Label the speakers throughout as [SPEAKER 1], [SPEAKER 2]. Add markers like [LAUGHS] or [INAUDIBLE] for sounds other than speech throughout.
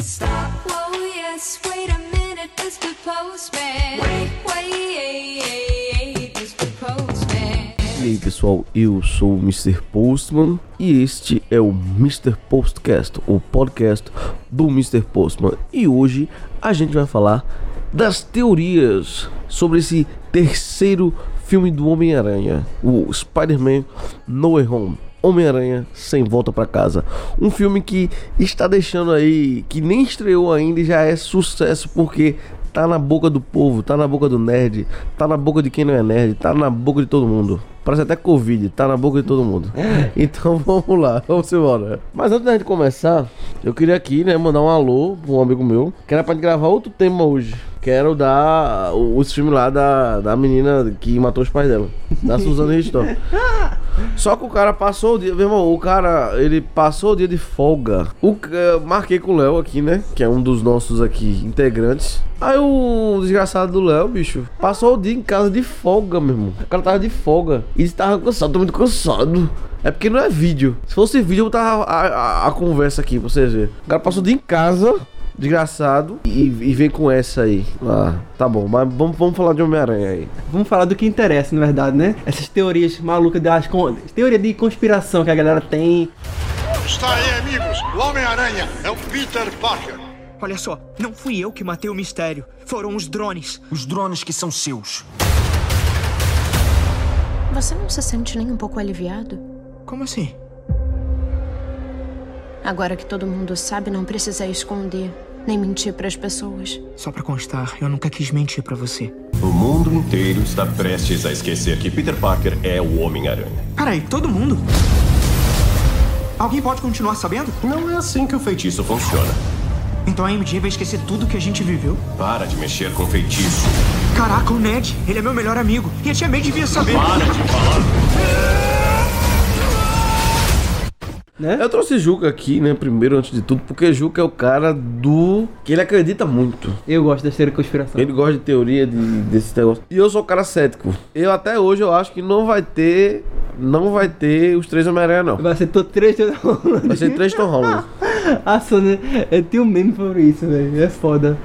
[SPEAKER 1] Stop, whoa, yes, wait a minute, Mr. Postman. Wait, wait, Mr. Postman.
[SPEAKER 2] E aí pessoal, eu sou o Mr. Postman e este é o Mr. Postcast, o podcast do Mr. Postman. E hoje a gente vai falar das teorias sobre esse terceiro filme do Homem-Aranha, o Spider-Man No Way Home. Homem-Aranha sem volta pra casa. Um filme que está deixando aí, que nem estreou ainda e já é sucesso porque tá na boca do povo, tá na boca do nerd, tá na boca de quem não é nerd, tá na boca de todo mundo. Parece até Covid, tá na boca de todo mundo. Então [LAUGHS] vamos lá, vamos embora. Mas antes da gente começar, eu queria aqui, né, mandar um alô pra um amigo meu, que era pra gente gravar outro tema hoje. Que era o da. o- Os filmes lá da, da menina que matou os pais dela. Da Suzana Ristor. Só que o cara passou o dia, meu irmão, o cara, ele passou o dia de folga. O, ca- eu marquei com o Léo aqui, né? Que é um dos nossos aqui integrantes. Aí o desgraçado do Léo, bicho, passou o dia em casa de folga, meu irmão. O cara tava de folga. E tava cansado, tô muito cansado. É porque não é vídeo. Se fosse vídeo, eu tava a, a- a conversa aqui pra vocês verem. O cara passou o dia em casa. Desgraçado. E, e vem com essa aí. Ah, tá bom. Mas vamos, vamos falar de Homem-Aranha aí.
[SPEAKER 3] Vamos falar do que interessa, na verdade, né? Essas teorias malucas das con- teoria de conspiração que a galera tem.
[SPEAKER 4] Está aí, amigos. O Homem-Aranha é o Peter Parker.
[SPEAKER 5] Olha só, não fui eu que matei o mistério. Foram os drones.
[SPEAKER 6] Os drones que são seus.
[SPEAKER 7] Você não se sente nem um pouco aliviado?
[SPEAKER 5] Como assim?
[SPEAKER 7] Agora que todo mundo sabe, não precisa esconder nem mentir para as pessoas.
[SPEAKER 5] Só pra constar, eu nunca quis mentir pra você.
[SPEAKER 8] O mundo inteiro está prestes a esquecer que Peter Parker é o Homem-Aranha.
[SPEAKER 5] Peraí, todo mundo? Alguém pode continuar sabendo?
[SPEAKER 8] Não é assim que o feitiço funciona.
[SPEAKER 5] Então a MJ vai esquecer tudo que a gente viveu?
[SPEAKER 8] Para de mexer com o feitiço.
[SPEAKER 5] Caraca, o Ned, ele é meu melhor amigo. E a tia May devia saber.
[SPEAKER 8] Para de falar.
[SPEAKER 2] Eu trouxe Juca aqui, né, primeiro, antes de tudo, porque Juca é o cara do. que ele acredita muito.
[SPEAKER 3] Eu gosto das teorias de conspiração.
[SPEAKER 2] Ele gosta de teoria de, desse negócio. E eu sou o cara cético. Eu até hoje eu acho que não vai ter. Não vai ter os três Homem-Aranha, não.
[SPEAKER 3] Vai ser todo três
[SPEAKER 2] Vai ser três Tom Holland.
[SPEAKER 3] [LAUGHS] Ah, Sônia, eu tenho um meme sobre isso, velho. É foda.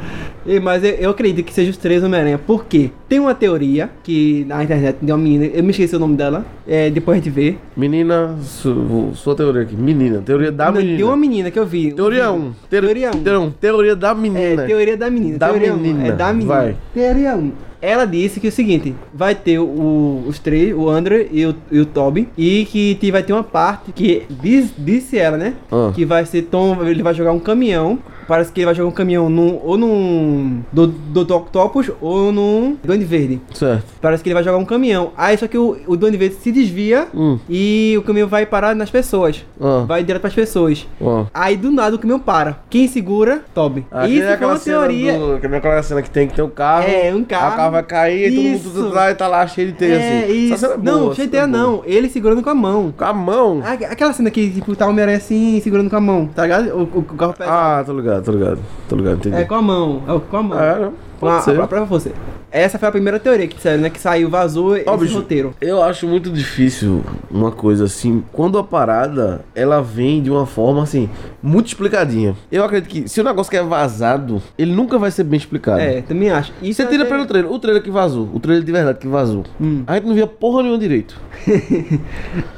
[SPEAKER 3] E, mas eu, eu acredito que seja os três Homem-Aranha. Por quê? Tem uma teoria que na internet de uma menina, eu me esqueci o nome dela. É, depois a gente vê.
[SPEAKER 2] Menina, su- sua teoria aqui. Menina, teoria da
[SPEAKER 3] Não, Tem uma
[SPEAKER 2] menina.
[SPEAKER 3] menina que eu vi. Um
[SPEAKER 2] Teoria 1.
[SPEAKER 3] Teoria 1.
[SPEAKER 2] Teoria, um. teoria da
[SPEAKER 3] É,
[SPEAKER 2] menina.
[SPEAKER 3] teoria da menina.
[SPEAKER 2] Da
[SPEAKER 3] teoria um,
[SPEAKER 2] menina,
[SPEAKER 3] É da menina.
[SPEAKER 2] vai.
[SPEAKER 3] Teoria 1. Ela disse que é o seguinte, vai ter o- os três, o André e o, e o Toby, e que te- vai ter uma parte que, diz- disse ela, né,
[SPEAKER 2] Ah.
[SPEAKER 3] que vai ser Tom, ele vai jogar um caminhão, parece que ele vai jogar um caminhão num, ou num do, do Dr. Octopus ou num Duende Verde.
[SPEAKER 2] Certo.
[SPEAKER 3] Parece que ele vai jogar um caminhão. Aí só que o, o Duende Verde se desvia
[SPEAKER 2] Hum.
[SPEAKER 3] e o caminhão vai parar nas pessoas.
[SPEAKER 2] Ah.
[SPEAKER 3] Vai direto pras pessoas.
[SPEAKER 2] Ó.
[SPEAKER 3] Aí do nada o caminhão para. Quem segura? Toby.
[SPEAKER 2] Aqui
[SPEAKER 3] Isso
[SPEAKER 2] é
[SPEAKER 3] foi
[SPEAKER 2] aquela
[SPEAKER 3] uma teoria.
[SPEAKER 2] Cena do, que é aquela cena que tem que ter um carro.
[SPEAKER 3] É, um carro.
[SPEAKER 2] aí O carro vai cair e todo mundo
[SPEAKER 3] Isso.
[SPEAKER 2] tudo lá e tá lá cheio de teia assim.
[SPEAKER 3] É,
[SPEAKER 2] Essa
[SPEAKER 3] isso.
[SPEAKER 2] cena é boa,
[SPEAKER 3] não,
[SPEAKER 2] essa
[SPEAKER 3] cheio de
[SPEAKER 2] cena é
[SPEAKER 3] teia
[SPEAKER 2] boa.
[SPEAKER 3] não. Ah, Ele segurando com a mão.
[SPEAKER 2] Com a mão.
[SPEAKER 3] A- Aquela cena que tipo, tá o Homem-Aranha assim, segurando com a mão, tá ligado? O, o- o carro pega.
[SPEAKER 2] Ah, tô ligado, tô ligado. Tô ligado, entendi.
[SPEAKER 3] É, com a mão. É, com a mão.
[SPEAKER 2] Ah, não,
[SPEAKER 3] Com
[SPEAKER 2] pode
[SPEAKER 3] a,
[SPEAKER 2] ser.
[SPEAKER 3] a própria você. Essa foi a primeira teoria que saiu, né? Que saiu, vazou
[SPEAKER 2] Ó,
[SPEAKER 3] esse
[SPEAKER 2] bicho,
[SPEAKER 3] roteiro.
[SPEAKER 2] Eu acho muito difícil uma coisa assim, quando a parada ela vem de uma forma assim, muito explicadinha. Eu acredito que se o negócio que é vazado, ele nunca vai ser bem explicado.
[SPEAKER 3] É, também acho.
[SPEAKER 2] E
[SPEAKER 3] Isso
[SPEAKER 2] você
[SPEAKER 3] é Hum.
[SPEAKER 2] tira
[SPEAKER 3] até-
[SPEAKER 2] pelo trailer, o trailer que vazou, o trailer de verdade que vazou. A gente não via porra nenhuma
[SPEAKER 3] [LAUGHS]
[SPEAKER 2] direito.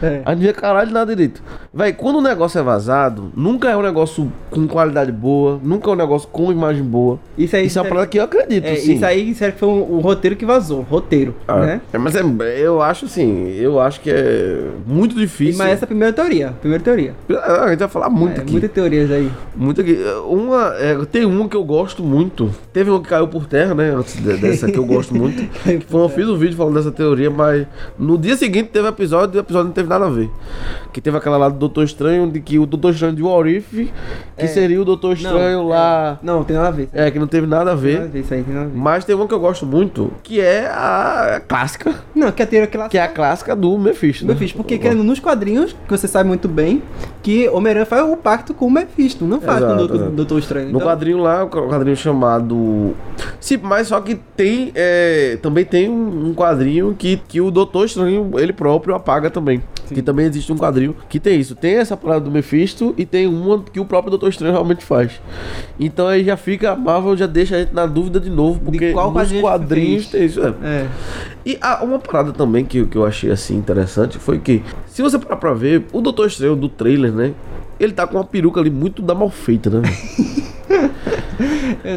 [SPEAKER 3] É.
[SPEAKER 2] A gente não via caralho de nada direito. Véi, quando o negócio é vazado, nunca é um negócio com qualidade boa, nunca é um negócio com imagem boa.
[SPEAKER 3] Isso aí.
[SPEAKER 2] Isso é uma parada que eu acredito,
[SPEAKER 3] é,
[SPEAKER 2] sim.
[SPEAKER 3] Isso aí, sério, que foi um, o o roteiro que vazou. Roteiro,
[SPEAKER 2] Ah,
[SPEAKER 3] né?
[SPEAKER 2] é, mas é, eu acho assim, eu acho que é muito difícil.
[SPEAKER 3] Mas essa é a primeira teoria. Primeira teoria.
[SPEAKER 2] Ah, A gente vai falar muito
[SPEAKER 3] É,
[SPEAKER 2] aqui.
[SPEAKER 3] muitas teorias aí.
[SPEAKER 2] Muito aqui. Uma, é, tem uma que eu gosto muito. Teve uma que caiu por terra, né? Antes de- dessa que eu
[SPEAKER 3] [LAUGHS]
[SPEAKER 2] gosto muito. que foi, eu fiz um vídeo falando dessa teoria, mas no dia seguinte teve episódio e o episódio não teve nada a ver. Que teve aquela lá do Doutor Estranho, de que o Doutor Estranho de Warif,
[SPEAKER 3] É.
[SPEAKER 2] que seria o Doutor Estranho lá.
[SPEAKER 3] Não, tem nada a ver.
[SPEAKER 2] É, que não teve nada a
[SPEAKER 3] Tem é. nada a
[SPEAKER 2] ver.
[SPEAKER 3] ver isso aí, tem nada a ver.
[SPEAKER 2] Mas tem uma que eu gosto muito, que é a clássica.
[SPEAKER 3] Não, que a teoria que ela
[SPEAKER 2] Que é a clássica do Mephisto. né?
[SPEAKER 3] Mephisto, porque querendo nos quadrinhos, que você sabe muito bem, que Homem-Aranha faz o pacto com o Mephisto, não faz
[SPEAKER 2] Exato,
[SPEAKER 3] com o Doutor,
[SPEAKER 2] exato.
[SPEAKER 3] Doutor Estranho.
[SPEAKER 2] No
[SPEAKER 3] Então,
[SPEAKER 2] quadrinho lá, o quadrinho chamado. Sim, mas só que tem. é, também tem um um quadrinho que, que o Doutor Estranho, ele próprio, apaga também. Que também existe um quadrinho que tem isso. Tem essa parada do Mephisto e tem uma que o próprio Doutor Estranho realmente faz. Então aí já fica, a Marvel já deixa a gente na dúvida de novo, porque
[SPEAKER 3] qual
[SPEAKER 2] nos
[SPEAKER 3] quadrinho
[SPEAKER 2] quadrinhos
[SPEAKER 3] fez?
[SPEAKER 2] tem isso. é.
[SPEAKER 3] É.
[SPEAKER 2] E ah, uma parada também que, que eu achei assim interessante foi que, se você parar pra ver, o Doutor Estranho do trailer, né? Ele tá com uma peruca ali muito da mal feita, né?
[SPEAKER 3] [LAUGHS]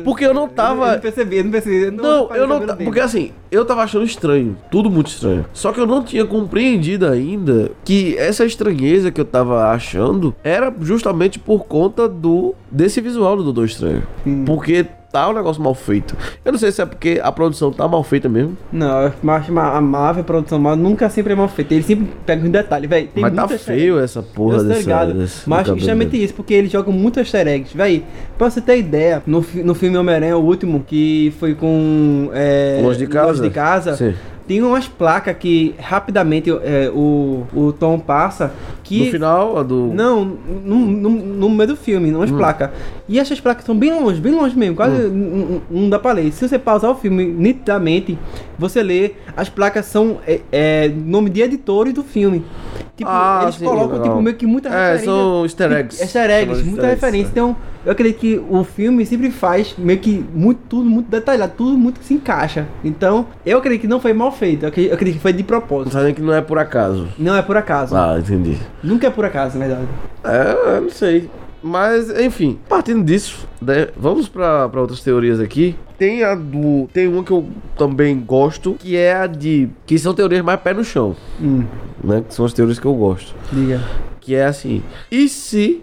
[SPEAKER 2] Porque eu não
[SPEAKER 3] Eu
[SPEAKER 2] tava.
[SPEAKER 3] não percebi, eu não percebi. eu
[SPEAKER 2] Não,
[SPEAKER 3] reparei
[SPEAKER 2] eu
[SPEAKER 3] o
[SPEAKER 2] não.
[SPEAKER 3] cabelo
[SPEAKER 2] ta-
[SPEAKER 3] dele.
[SPEAKER 2] Porque assim, eu tava achando estranho. Tudo muito estranho. Só que eu não tinha compreendido ainda que essa estranheza que eu tava achando era justamente por conta do. desse visual do Doutor Estranho. Porque tá um negócio mal feito. Eu não sei se é porque a produção tá mal feita mesmo.
[SPEAKER 3] Não, eu acho ma- a Marvel, a produção Marvel, nunca sempre é mal feita. Ele sempre pega um detalhe, velho. Tem
[SPEAKER 2] mas tá
[SPEAKER 3] muita easter egg.
[SPEAKER 2] feio essa porra
[SPEAKER 3] Eu tô
[SPEAKER 2] dessa.
[SPEAKER 3] ligado.
[SPEAKER 2] desse- do
[SPEAKER 3] Mas
[SPEAKER 2] cabelo
[SPEAKER 3] justamente
[SPEAKER 2] dele.
[SPEAKER 3] isso, porque eles jogam muito easter eggs. Véi, pra você ter ideia, no, fi- no filme Homem-Aranha, o último, que foi com. é,
[SPEAKER 2] Longe de casa?
[SPEAKER 3] Longe de casa.
[SPEAKER 2] Sim.
[SPEAKER 3] Tem umas placas que rapidamente é, o, o Tom passa. Que
[SPEAKER 2] No final, a do.
[SPEAKER 3] Não, no, no, no meio do filme,
[SPEAKER 2] Hum.
[SPEAKER 3] umas placas. E essas placas estão bem longe, bem longe mesmo, quase um, n- n- não dá pra ler. Se você pausar o filme nitidamente, você lê, as placas são é, é, nome de editores do filme. Tipo,
[SPEAKER 2] Ah,
[SPEAKER 3] eles
[SPEAKER 2] sim,
[SPEAKER 3] colocam
[SPEAKER 2] legal.
[SPEAKER 3] tipo, meio que muita
[SPEAKER 2] É,
[SPEAKER 3] referência. Tipo, é
[SPEAKER 2] são easter eggs.
[SPEAKER 3] Easter eggs,
[SPEAKER 2] Chama de easter
[SPEAKER 3] muita
[SPEAKER 2] eggs,
[SPEAKER 3] referência.
[SPEAKER 2] é.
[SPEAKER 3] Então, eu acredito que o filme sempre faz meio que muito, tudo muito detalhado, tudo muito que se encaixa. Então, eu acredito que não foi mal feito, eu acredito, eu acredito que foi de
[SPEAKER 2] Não
[SPEAKER 3] propósito.
[SPEAKER 2] sabe nem que não é por acaso.
[SPEAKER 3] Não é por acaso.
[SPEAKER 2] Ah, entendi.
[SPEAKER 3] Nunca é por acaso, na verdade.
[SPEAKER 2] É, eu não sei. Mas, enfim, partindo disso, né, vamos pra pra outras teorias aqui. Tem a do. Tem uma que eu também gosto, que é a de. Que são teorias mais pé no chão.
[SPEAKER 3] Hum,
[SPEAKER 2] Né? Que são as teorias que eu gosto.
[SPEAKER 3] diga.
[SPEAKER 2] Que é assim. E se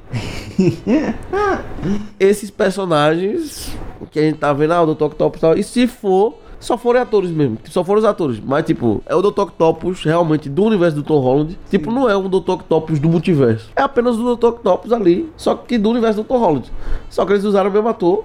[SPEAKER 2] esses personagens que a gente tá vendo, ah, o Dr. Octopus e tal, e se for, só forem atores mesmo, tipo, só foram os atores, mas tipo, é o Dr. Octopus realmente do universo do Tom Holland, tipo, não é um Dr. Octopus do multiverso, é apenas o Dr. Octopus ali, só que do universo do Tom Holland, só que eles usaram o mesmo ator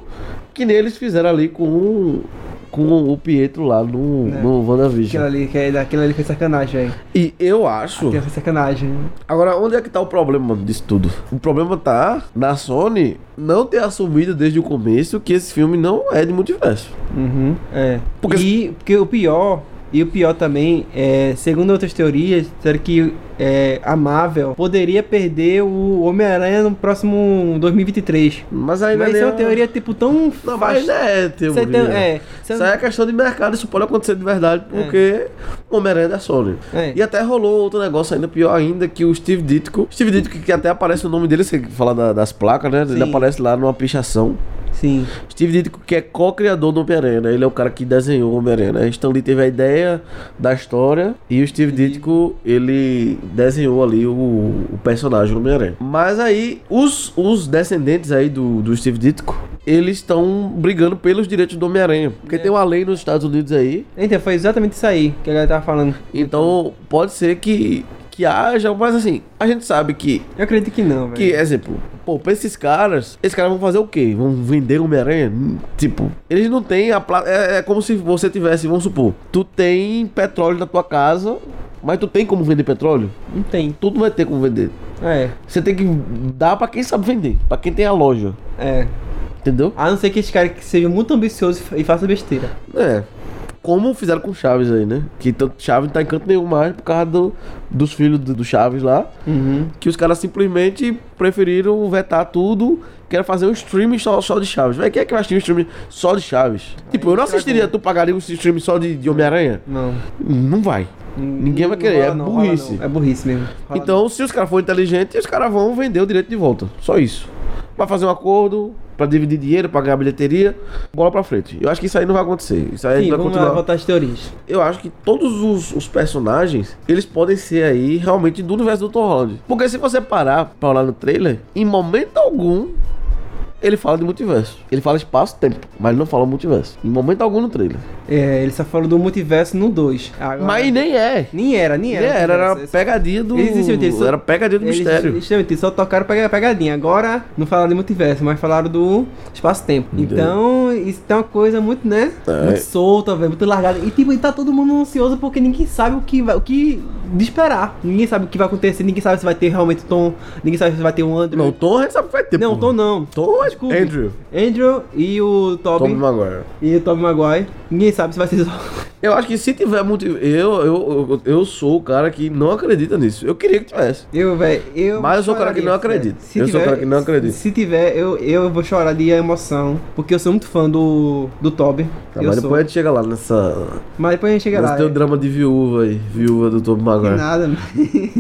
[SPEAKER 2] que neles fizeram ali com o- com o Pietro lá no, no
[SPEAKER 3] Aquilo
[SPEAKER 2] WandaVision.
[SPEAKER 3] ali, que é- aquilo ali foi sacanagem, velho.
[SPEAKER 2] E eu acho.
[SPEAKER 3] Aquilo foi sacanagem.
[SPEAKER 2] Agora, onde é que tá o problema disso tudo? O problema tá na Sony não ter assumido desde o começo que esse filme não é de multiverso.
[SPEAKER 3] Uhum. É.
[SPEAKER 2] Porque-
[SPEAKER 3] E porque o pior, e o pior também, é, segundo outras teorias, será que é, a Marvel poderia perder o Homem-Aranha no próximo 2023.
[SPEAKER 2] Mas ainda
[SPEAKER 3] Mas
[SPEAKER 2] nem
[SPEAKER 3] isso é uma teoria, tipo, tão.
[SPEAKER 2] Não, mas ainda é teoria.
[SPEAKER 3] Você tem- é, você-
[SPEAKER 2] Isso aí é questão de mercado, isso pode acontecer de verdade, porque o Homem-Aranha é da Sony.
[SPEAKER 3] É.
[SPEAKER 2] E até rolou outro negócio ainda pior ainda, que o Steve Ditko... Steve Ditko, que até aparece o nome dele, você fala da- das placas, né? Ele
[SPEAKER 3] Sim.
[SPEAKER 2] aparece lá numa pichação.
[SPEAKER 3] Sim.
[SPEAKER 2] Steve Ditko, que é co-criador do Homem-Aranha, né? ele é o cara que desenhou o Homem-Aranha. né? Stan Lee teve a ideia da história e o Steve Ditko, ele desenhou ali o, o personagem do Homem-Aranha. Mas aí, os, os descendentes aí do, do Steve Ditko, eles estão brigando pelos direitos do Homem-Aranha. Porque tem uma lei nos Estados Unidos aí,
[SPEAKER 3] Então, foi exatamente isso aí que a galera tava falando.
[SPEAKER 2] então pode ser que, que haja, mas assim, a gente sabe que
[SPEAKER 3] Eu acredito que não, velho.
[SPEAKER 2] que, exemplo, pô, pra esses caras, esses caras vão fazer o quê? Vão vender Homem-Aranha? Hum, Tipo, eles não têm a pla... é, é como se você tivesse, vamos supor, tu tem petróleo na tua casa, mas tu tem como vender petróleo?
[SPEAKER 3] Não tem.
[SPEAKER 2] Tu não vai ter como vender.
[SPEAKER 3] É.
[SPEAKER 2] Você tem que dar pra quem sabe vender, pra quem tem a loja,
[SPEAKER 3] É.
[SPEAKER 2] entendeu?
[SPEAKER 3] A não ser que esses caras que sejam muito ambiciosos e façam besteira.
[SPEAKER 2] É. Como fizeram com o Chaves aí, né? Que tanto Chaves não tá em canto nenhum mais por causa do- dos filhos do, do Chaves lá.
[SPEAKER 3] Uhum.
[SPEAKER 2] Que os caras simplesmente preferiram vetar tudo. Quero fazer um streaming só, só de Chaves. Véi, quem é que vai assistir um streaming só de Chaves? tipo, eu não assistiria, tu pagaria um streaming só de, de Homem-Aranha?
[SPEAKER 3] Não.
[SPEAKER 2] Não vai. Ninguém vai
[SPEAKER 3] Hum, Não
[SPEAKER 2] querer,
[SPEAKER 3] rola
[SPEAKER 2] é
[SPEAKER 3] não, rola
[SPEAKER 2] burrice.
[SPEAKER 3] não. É burrice mesmo. Rola
[SPEAKER 2] Então, se os caras forem inteligentes, os caras vão vender o direito de volta. Só isso. Vai fazer um acordo pra dividir dinheiro, pra ganhar bilheteria, bola pra frente. Eu acho que isso aí não vai acontecer. Isso aí vai
[SPEAKER 3] Sim, assim, vamos
[SPEAKER 2] continuar.
[SPEAKER 3] lá voltar às teorias.
[SPEAKER 2] eu acho que todos os, os personagens, eles podem ser aí realmente do universo do Tom Holland. Porque se você parar pra olhar no trailer, em momento algum, ele fala de multiverso. Ele fala espaço-tempo, mas ele não fala multiverso. Em momento algum no trailer.
[SPEAKER 3] É, ele só falou do multiverso no 2. Agora-
[SPEAKER 2] Mas nem é.
[SPEAKER 3] nem era, nem
[SPEAKER 2] Nem
[SPEAKER 3] era.
[SPEAKER 2] era, era
[SPEAKER 3] multiverso, esse-
[SPEAKER 2] pegadinha do...
[SPEAKER 3] Eles existem, eles só-
[SPEAKER 2] Era pegadinha do
[SPEAKER 3] eles-
[SPEAKER 2] mistério.
[SPEAKER 3] eles- eles só tocaram pega- pegadinha. Agora não falaram de multiverso, mas falaram do espaço-tempo. Então, isso tá uma coisa muito, né?
[SPEAKER 2] É.
[SPEAKER 3] Muito solta, velho, muito largada. E tipo, e tá todo mundo ansioso porque ninguém sabe o que vai, o que de esperar. Ninguém sabe o que vai acontecer, ninguém sabe se vai ter realmente o Tom, ninguém sabe se vai ter o Andrew.
[SPEAKER 2] Não, o Tom a gente sabe que vai ter,
[SPEAKER 3] não,
[SPEAKER 2] pô.
[SPEAKER 3] Tom não.
[SPEAKER 2] Tom é
[SPEAKER 3] Desculpe.
[SPEAKER 2] Andrew.
[SPEAKER 3] Andrew e o
[SPEAKER 2] Tom
[SPEAKER 3] Tobin
[SPEAKER 2] Maguire.
[SPEAKER 3] e o Tobey Maguire. Ninguém sabe se vai ser só
[SPEAKER 2] Eu acho que se tiver motivo. Eu, eu, eu, eu sou o cara que não acredita nisso. Eu queria que tivesse.
[SPEAKER 3] Eu, velho, eu.
[SPEAKER 2] Mas eu sou o cara que não
[SPEAKER 3] choraria,
[SPEAKER 2] acredita.
[SPEAKER 3] Se
[SPEAKER 2] Eu sou o cara que não acredita.
[SPEAKER 3] Se tiver, eu, eu vou chorar de emoção. Porque eu sou muito fã do, do Toby.
[SPEAKER 2] Tá,
[SPEAKER 3] eu
[SPEAKER 2] mas
[SPEAKER 3] sou.
[SPEAKER 2] depois a gente chega lá nessa.
[SPEAKER 3] Mas depois a gente chega
[SPEAKER 2] Nesse
[SPEAKER 3] lá.
[SPEAKER 2] teu
[SPEAKER 3] é.
[SPEAKER 2] um drama né? de viúva aí, viúva do Tobey
[SPEAKER 3] Que
[SPEAKER 2] Maguire.
[SPEAKER 3] nada, mano. [LAUGHS]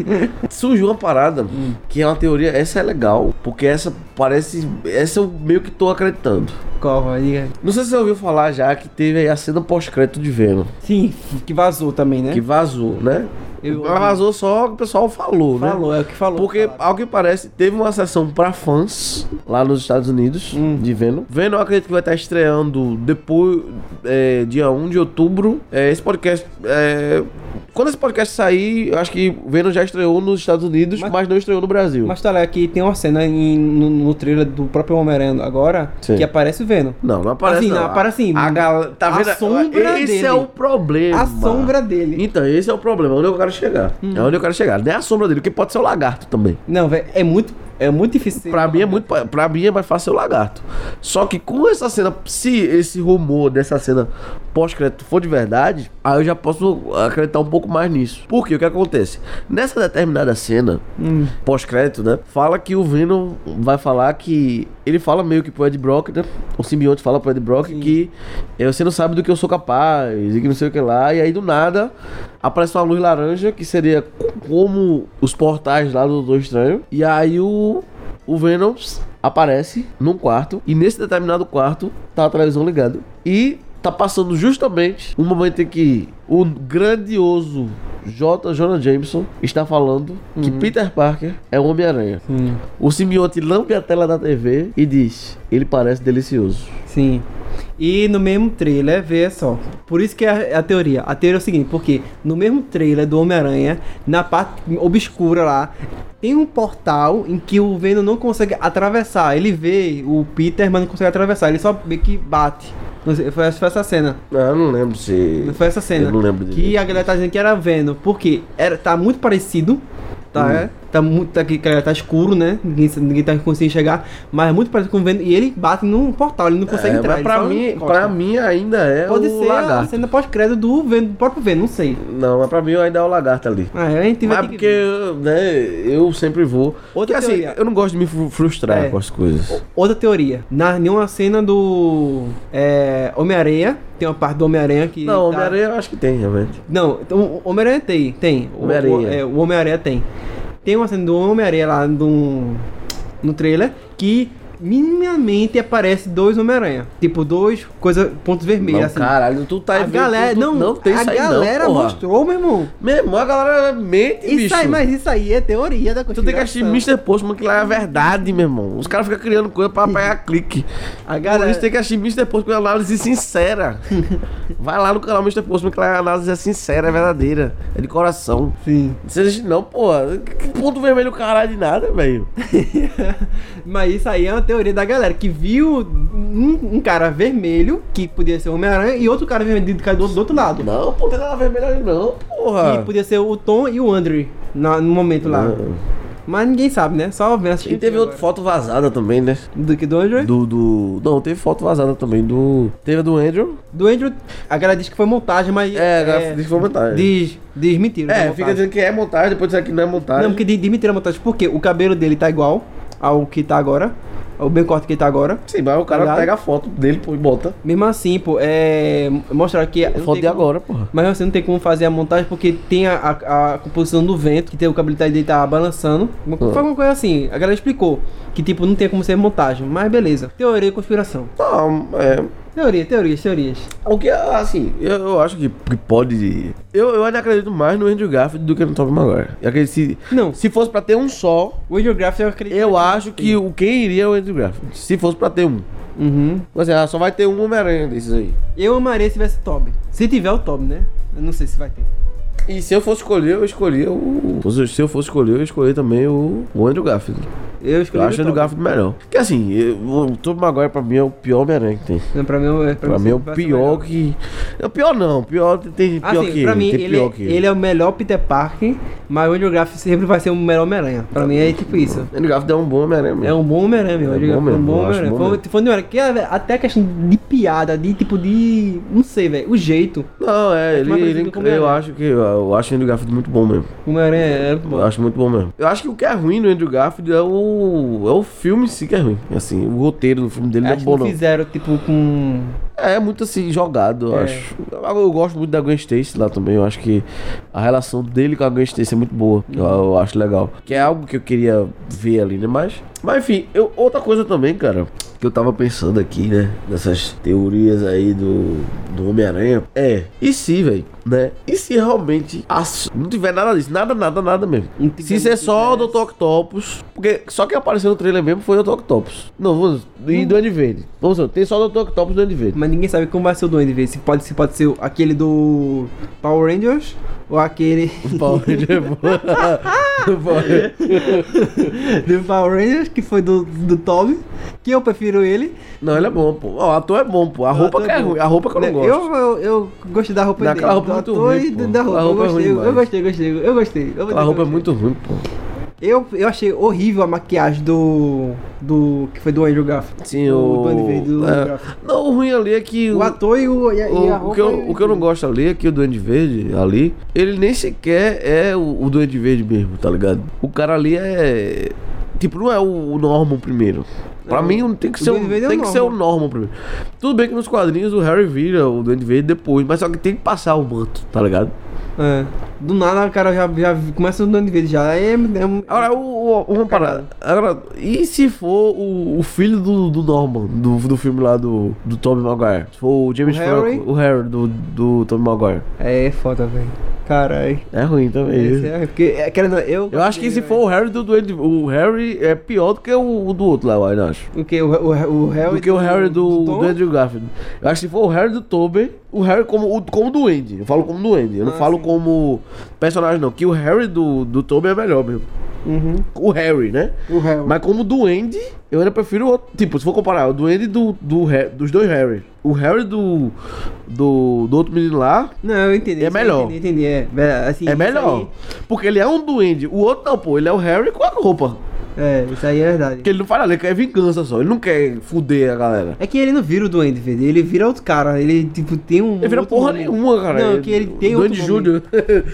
[SPEAKER 2] Surgiu uma parada que é uma teoria, essa é legal, porque essa parece. Essa eu meio que tô acreditando.
[SPEAKER 3] Corra, diga.
[SPEAKER 2] Não sei se você ouviu falar já que teve aí a cena pós-crédito de Venom,
[SPEAKER 3] Sim, que vazou também, né?
[SPEAKER 2] que vazou, né?
[SPEAKER 3] Eu-
[SPEAKER 2] Mas vazou só o que o pessoal falou, né?
[SPEAKER 3] falou, é o que falou.
[SPEAKER 2] Porque, ao que parece, teve uma sessão pra fãs lá nos Estados Unidos
[SPEAKER 3] Hum.
[SPEAKER 2] de Venom. Venom, eu acredito que vai estar estreando depois, é, dia 1 de outubro. É, esse podcast. é, quando esse podcast sair, eu acho que Venom já estreou nos Estados Unidos, mas,
[SPEAKER 3] Mas-
[SPEAKER 2] não estreou no Brasil.
[SPEAKER 3] Mas tá lá, que tem uma cena em- no, no trailer do próprio Homem-Aranha agora
[SPEAKER 2] Sim.
[SPEAKER 3] que aparece o Venom.
[SPEAKER 2] Não, não aparece.
[SPEAKER 3] Assim,
[SPEAKER 2] não.
[SPEAKER 3] não, aparece sim.
[SPEAKER 2] A galera. Tá
[SPEAKER 3] A
[SPEAKER 2] vendo?
[SPEAKER 3] sombra
[SPEAKER 2] Esse
[SPEAKER 3] dele.
[SPEAKER 2] é o problema.
[SPEAKER 3] A sombra dele. Hum.
[SPEAKER 2] Então, esse é o problema. Onde eu quero chegar? É onde eu quero chegar. Nem a sombra dele, porque pode ser o lagarto também.
[SPEAKER 3] Não, velho, é muito, é muito difícil.
[SPEAKER 2] Pra mim é muito. pa- Pra mim é mais fácil o lagarto. Só que com essa cena, se esse rumor dessa cena pós-crédito for de verdade, aí eu já posso acreditar um pouco mais nisso. Porque o que acontece? Nessa determinada cena, pós-crédito, né? Fala que o Venom vai falar que. Ele fala meio que pro Ed Brock, né? O simbionte fala pro Ed Brock que eh, você não sabe do que eu sou capaz e que não sei o que lá. E aí do nada aparece uma luz laranja que seria co- como os portais lá do Doutor Estranho. E aí o o Venom ps, aparece num quarto e nesse determinado quarto tá a televisão ligada e tá passando justamente um momento em que o grandioso J. Jonah Jameson está falando que Peter Parker é o Homem-Aranha.
[SPEAKER 3] Uhum. Sim,
[SPEAKER 2] O simbionte lambe a tela da TV e diz: Ele parece delicioso.
[SPEAKER 3] sim. E no mesmo trailer, vê só. Por isso que é a, a teoria. A teoria é o seguinte, porque no mesmo trailer do Homem-Aranha, na parte obscura lá, tem um portal em que o Venom não consegue atravessar. Ele vê o Peter, mas não consegue atravessar. Ele só meio que bate. Não sei, Foi foi essa cena.
[SPEAKER 2] Ah, eu não lembro se.
[SPEAKER 3] Não Foi essa cena.
[SPEAKER 2] Eu não lembro
[SPEAKER 3] Que
[SPEAKER 2] direito.
[SPEAKER 3] a galera tá dizendo que era Venom. Porque era, tá muito parecido. Tá,
[SPEAKER 2] Hum.
[SPEAKER 3] é, tá muito. Tá, que, cara, tá escuro, né? Ninguém, ninguém tá conseguindo enxergar. Mas é muito parecido com o Venom. E ele bate num portal, ele não consegue
[SPEAKER 2] É,
[SPEAKER 3] entrar. então
[SPEAKER 2] mas
[SPEAKER 3] ele
[SPEAKER 2] pra
[SPEAKER 3] só
[SPEAKER 2] mim,
[SPEAKER 3] encosta.
[SPEAKER 2] pra mim ainda é
[SPEAKER 3] Pode
[SPEAKER 2] o
[SPEAKER 3] ser a
[SPEAKER 2] lagarto.
[SPEAKER 3] cena pós-crédito do, Venom- do próprio Venom, não sei.
[SPEAKER 2] Não, mas pra mim ainda é o lagarto ali.
[SPEAKER 3] Ah, a gente vai
[SPEAKER 2] Mas é
[SPEAKER 3] ter que
[SPEAKER 2] porque,
[SPEAKER 3] ver.
[SPEAKER 2] né, eu sempre vou.
[SPEAKER 3] Outra
[SPEAKER 2] Porque, assim,
[SPEAKER 3] teoria.
[SPEAKER 2] eu não gosto de me fru- frustrar
[SPEAKER 3] É.
[SPEAKER 2] com as coisas.
[SPEAKER 3] Outra teoria. Na nenhuma cena do é, Homem-Aranha. Tem uma parte do Homem-Aranha que.
[SPEAKER 2] Não,
[SPEAKER 3] tá-
[SPEAKER 2] Homem-Aranha eu acho que tem, realmente.
[SPEAKER 3] Não, então, o Homem-Aranha tem, tem. O-
[SPEAKER 2] Homem-Aranha.
[SPEAKER 3] O, é, o Homem-Aranha tem. Tem uma cena do Homem-Aranha lá no, no trailer que minimamente aparece dois Homem-Aranha. Tipo, dois coisa, pontos vermelhos,
[SPEAKER 2] Não,
[SPEAKER 3] assim.
[SPEAKER 2] Caralho, tu tá
[SPEAKER 3] a
[SPEAKER 2] vendo,
[SPEAKER 3] galera.
[SPEAKER 2] tu-
[SPEAKER 3] Não,
[SPEAKER 2] não tem
[SPEAKER 3] a
[SPEAKER 2] isso aí
[SPEAKER 3] galera
[SPEAKER 2] não, porra.
[SPEAKER 3] mostrou, meu irmão.
[SPEAKER 2] Meu irmão, a galera mente,
[SPEAKER 3] Isso
[SPEAKER 2] bicho.
[SPEAKER 3] aí, mas isso aí é teoria da
[SPEAKER 2] Tu
[SPEAKER 3] conspiração.
[SPEAKER 2] tem que assistir Mr. Postman, que lá é a verdade, meu irmão. Os caras ficam criando coisa pra pegar clique.
[SPEAKER 3] A
[SPEAKER 2] Por
[SPEAKER 3] galera.
[SPEAKER 2] isso tem que assistir Mr. Postman com análise
[SPEAKER 3] [LAUGHS]
[SPEAKER 2] sincera. Vai lá no canal Mr. Postman, que lá a análise é sincera, é verdadeira. É de coração.
[SPEAKER 3] Sim.
[SPEAKER 2] Não precisa assistir, não, porra. Que ponto vermelho caralho de nada, velho.
[SPEAKER 3] Mas isso aí é uma teoria da galera que viu um, um cara vermelho, que podia ser o Homem-Aranha, e outro cara vermelho que caiu do, do outro lado.
[SPEAKER 2] Não, pô, não tem nada vermelho ali, não, porra.
[SPEAKER 3] E podia ser o Tom e o Andrew na- no momento lá.
[SPEAKER 2] Ah.
[SPEAKER 3] Mas ninguém sabe, né? Só vendo
[SPEAKER 2] E teve outra foto vazada também, né?
[SPEAKER 3] Do que do Andrew? Do,
[SPEAKER 2] Do, do. Não, teve foto vazada também do. Teve a do Andrew.
[SPEAKER 3] Andrew, a galera diz que foi montagem, mas.
[SPEAKER 2] É, agora diz que foi montagem.
[SPEAKER 3] Diz, diz mentira.
[SPEAKER 2] É,
[SPEAKER 3] foi
[SPEAKER 2] fica
[SPEAKER 3] montagem.
[SPEAKER 2] dizendo que é montagem, depois disser que não é montagem.
[SPEAKER 3] Não, porque diz, diz mentira a montagem. Por quê? O cabelo dele tá igual ao que tá agora. ao bem corte que tá agora.
[SPEAKER 2] Sim, mas o cara
[SPEAKER 3] Ligado?
[SPEAKER 2] pega a foto dele, pô, e bota.
[SPEAKER 3] Mesmo assim, pô, é. Mostrar que. não
[SPEAKER 2] Foto
[SPEAKER 3] tem
[SPEAKER 2] de
[SPEAKER 3] como-
[SPEAKER 2] agora, porra.
[SPEAKER 3] Mas você não tem como fazer a montagem porque tem a, a- a composição do vento, que tem o cabelo dele tá balançando. Uma-
[SPEAKER 2] Ah.
[SPEAKER 3] Foi alguma coisa assim, a galera explicou. Que tipo, não tem como ser montagem, mas beleza. Teoria e conspiração.
[SPEAKER 2] Não, é.
[SPEAKER 3] Teoria, teorias, teorias.
[SPEAKER 2] O que, assim, eu, eu acho que, que pode. Eu, eu ainda acredito mais no Andrew Garfield do que no Tobey Maguire. Eu acredito se,
[SPEAKER 3] Não.
[SPEAKER 2] se fosse pra ter um só,
[SPEAKER 3] O Ideograph eu acredito.
[SPEAKER 2] eu acho que o quem iria é o Andrew Garfield. Se fosse pra ter um.
[SPEAKER 3] Uhum.
[SPEAKER 2] Mas ah, só vai ter um Homem-Aranha desses aí.
[SPEAKER 3] Eu amaria se tivesse Toby. Se tiver o Toby, né? Eu não sei se vai ter.
[SPEAKER 2] E se eu fosse escolher, eu escolhia o. Se eu fosse escolher, eu escolhi também o, o Andrew Garfield.
[SPEAKER 3] Eu
[SPEAKER 2] Eu
[SPEAKER 3] escolhi
[SPEAKER 2] acho o Andrew Garfield melhor. Porque assim, eu- o Tobey Maguire pra mim é o pior Homem-Aranha que tem.
[SPEAKER 3] Não, pra mim, é- pra
[SPEAKER 2] Pra mim é o
[SPEAKER 3] vai ser
[SPEAKER 2] pior
[SPEAKER 3] melhor.
[SPEAKER 2] que. É o pior não, o pior tem, tem pior
[SPEAKER 3] Assim,
[SPEAKER 2] que
[SPEAKER 3] pra
[SPEAKER 2] ele.
[SPEAKER 3] mim,
[SPEAKER 2] tem
[SPEAKER 3] ele,
[SPEAKER 2] pior
[SPEAKER 3] é-
[SPEAKER 2] que
[SPEAKER 3] ele é o melhor Peter Parker, mas o Andrew Garfield sempre vai ser o melhor Homem-Aranha. Pra mim é tipo isso.
[SPEAKER 2] O Andrew Garfield é um bom Homem-Aranha mesmo.
[SPEAKER 3] É um bom Homem-Aranha, meu.
[SPEAKER 2] É
[SPEAKER 3] Eu digo,
[SPEAKER 2] bom
[SPEAKER 3] foi um
[SPEAKER 2] mesmo, eu
[SPEAKER 3] bom
[SPEAKER 2] acho
[SPEAKER 3] Homem-Aranha.
[SPEAKER 2] bom
[SPEAKER 3] Foi,
[SPEAKER 2] mesmo.
[SPEAKER 3] é foi um Homem-Aranha que é, até questão de piada, de tipo de. Não sei, velho. O jeito.
[SPEAKER 2] Não, Não, é, ele,
[SPEAKER 3] mais
[SPEAKER 2] ele-
[SPEAKER 3] parecido com o
[SPEAKER 2] eu
[SPEAKER 3] Homem-Aranha.
[SPEAKER 2] acho que eu acho o Andrew Garfield muito bom mesmo.
[SPEAKER 3] Homem-Aranha é bom.
[SPEAKER 2] Eu acho muito bom mesmo. Eu acho que o que é ruim do Andrew Garfield é o é o filme em si que é ruim. Assim, o roteiro do filme dele não é
[SPEAKER 3] Acho
[SPEAKER 2] bom
[SPEAKER 3] que
[SPEAKER 2] não.
[SPEAKER 3] fizeram, tipo, com.
[SPEAKER 2] É muito assim jogado, eu
[SPEAKER 3] É.
[SPEAKER 2] acho. Agora, eu gosto muito da Gwen Stacy lá também. Eu acho que a relação dele com a Gwen Stacy é muito boa. Eu,
[SPEAKER 3] Uhum.
[SPEAKER 2] eu acho legal. Que é algo que eu queria ver ali, né? Mas, mas enfim, eu- outra coisa também, cara, que eu tava pensando aqui, né? Nessas teorias aí do, do Homem-Aranha. É, e se, velho, né? E se realmente as- não tiver nada disso? Nada, nada, nada mesmo.
[SPEAKER 3] Não tiver-
[SPEAKER 2] Se ser
[SPEAKER 3] não
[SPEAKER 2] só o
[SPEAKER 3] tiver-
[SPEAKER 2] Dr. Octopus. Porque só que apareceu no trailer mesmo foi o Dr. Octopus. Não, vamos.
[SPEAKER 3] Hum.
[SPEAKER 2] E do Duende Verde. Vamos, lá, tem só o Dr. Octopus e Duende Verde.
[SPEAKER 3] Mas ninguém sabe como vai ser o Duende Verde. Se pode, se pode ser aquele do Power Rangers ou aquele
[SPEAKER 2] [LAUGHS]
[SPEAKER 3] [LAUGHS]
[SPEAKER 2] Power Ranger Power-
[SPEAKER 3] do Power Rangers, que foi do, do Toby, que eu prefiro ele.
[SPEAKER 2] Não, ele é bom, pô. Ó, O ator é bom, pô. A roupa que é ruim. A roupa que eu não gosto.
[SPEAKER 3] Eu, eu, eu gostei da roupa
[SPEAKER 2] Daquela
[SPEAKER 3] dele.
[SPEAKER 2] roupa é
[SPEAKER 3] do
[SPEAKER 2] muito
[SPEAKER 3] ator
[SPEAKER 2] ruim,
[SPEAKER 3] e
[SPEAKER 2] pô.
[SPEAKER 3] da roupa.
[SPEAKER 2] A
[SPEAKER 3] Eu
[SPEAKER 2] roupa é ruim
[SPEAKER 3] gostei, eu
[SPEAKER 2] demais.
[SPEAKER 3] gostei, eu gostei, eu gostei. Eu
[SPEAKER 2] A roupa é
[SPEAKER 3] gostei.
[SPEAKER 2] muito ruim, pô.
[SPEAKER 3] Eu, eu achei horrível a maquiagem do. do. que foi do Andrew Garfield.
[SPEAKER 2] Sim,
[SPEAKER 3] do,
[SPEAKER 2] o.
[SPEAKER 3] Do Duende Verde, do
[SPEAKER 2] é.
[SPEAKER 3] Andrew Garfield.
[SPEAKER 2] Não, o ruim ali é que.
[SPEAKER 3] O ator e, o, e, a-
[SPEAKER 2] o-
[SPEAKER 3] e a
[SPEAKER 2] o
[SPEAKER 3] roupa.
[SPEAKER 2] que, eu, o que eu não gosto ali é que o Duende Verde ali, ele nem sequer é o, o Duende Verde mesmo, tá ligado? O cara ali é. Tipo, não é o, o Norman primeiro. Pra
[SPEAKER 3] É,
[SPEAKER 2] mim não tem que
[SPEAKER 3] o
[SPEAKER 2] ser o,
[SPEAKER 3] Duende Verde é o
[SPEAKER 2] tem que ser o
[SPEAKER 3] Norman.
[SPEAKER 2] Norman primeiro. Tudo bem que nos quadrinhos o Harry vira o Duende Verde depois, mas só que tem que passar o manto, tá ligado?
[SPEAKER 3] É. Do nada o cara já, já começa no Duende Verde já. É, é, um-
[SPEAKER 2] Agora, o, o, uma parada. Agora, e se for o, o filho do, do Norman, do, do filme lá do, do Tommy Maguire? Se for o James
[SPEAKER 3] O
[SPEAKER 2] Franco,
[SPEAKER 3] Harry?
[SPEAKER 2] o Harry do, do Tommy Maguire.
[SPEAKER 3] é foda, velho. Caralho.
[SPEAKER 2] É ruim também.
[SPEAKER 3] Esse é, porque, é, querendo, eu,
[SPEAKER 2] Eu acho que se
[SPEAKER 3] velho.
[SPEAKER 2] for o Harry do Duende, o Harry é pior do que o, o do outro lá, eu acho.
[SPEAKER 3] O que? O, o, É o Harry.
[SPEAKER 2] Do que o Harry do,
[SPEAKER 3] Tom?
[SPEAKER 2] do Andrew Garfield. Eu acho que se for o Harry do Tobey, o Harry como, o, como duende. Eu falo como duende, eu não
[SPEAKER 3] Ah,
[SPEAKER 2] falo
[SPEAKER 3] sim.
[SPEAKER 2] como personagem não. Que o Harry do, do Tobey é melhor mesmo.
[SPEAKER 3] Uhum.
[SPEAKER 2] O Harry, né?
[SPEAKER 3] O Harry.
[SPEAKER 2] Mas como duende, eu ainda prefiro o outro. Tipo, se for comparar, o duende do, do Har- dos dois Harry. O Harry do, do, do outro menino lá
[SPEAKER 3] Não, eu entendi.
[SPEAKER 2] É
[SPEAKER 3] isso aí,
[SPEAKER 2] melhor.
[SPEAKER 3] Entendi, entendi. É, é, assim,
[SPEAKER 2] é
[SPEAKER 3] isso
[SPEAKER 2] melhor. Porque ele é um duende. O outro não, pô. Ele é o Harry com a roupa.
[SPEAKER 3] aí- é, isso aí é verdade.
[SPEAKER 2] Porque ele não faz nada, ele quer vingança só. Ele não quer fuder a galera.
[SPEAKER 3] É que ele não vira o Duende Verde, ele vira outro cara. Ele, tipo, tem um.
[SPEAKER 2] Ele vira
[SPEAKER 3] outro
[SPEAKER 2] porra
[SPEAKER 3] nome.
[SPEAKER 2] nenhuma, cara. É
[SPEAKER 3] Não, que ele tem
[SPEAKER 2] Duende
[SPEAKER 3] outro nome.
[SPEAKER 2] Júnior.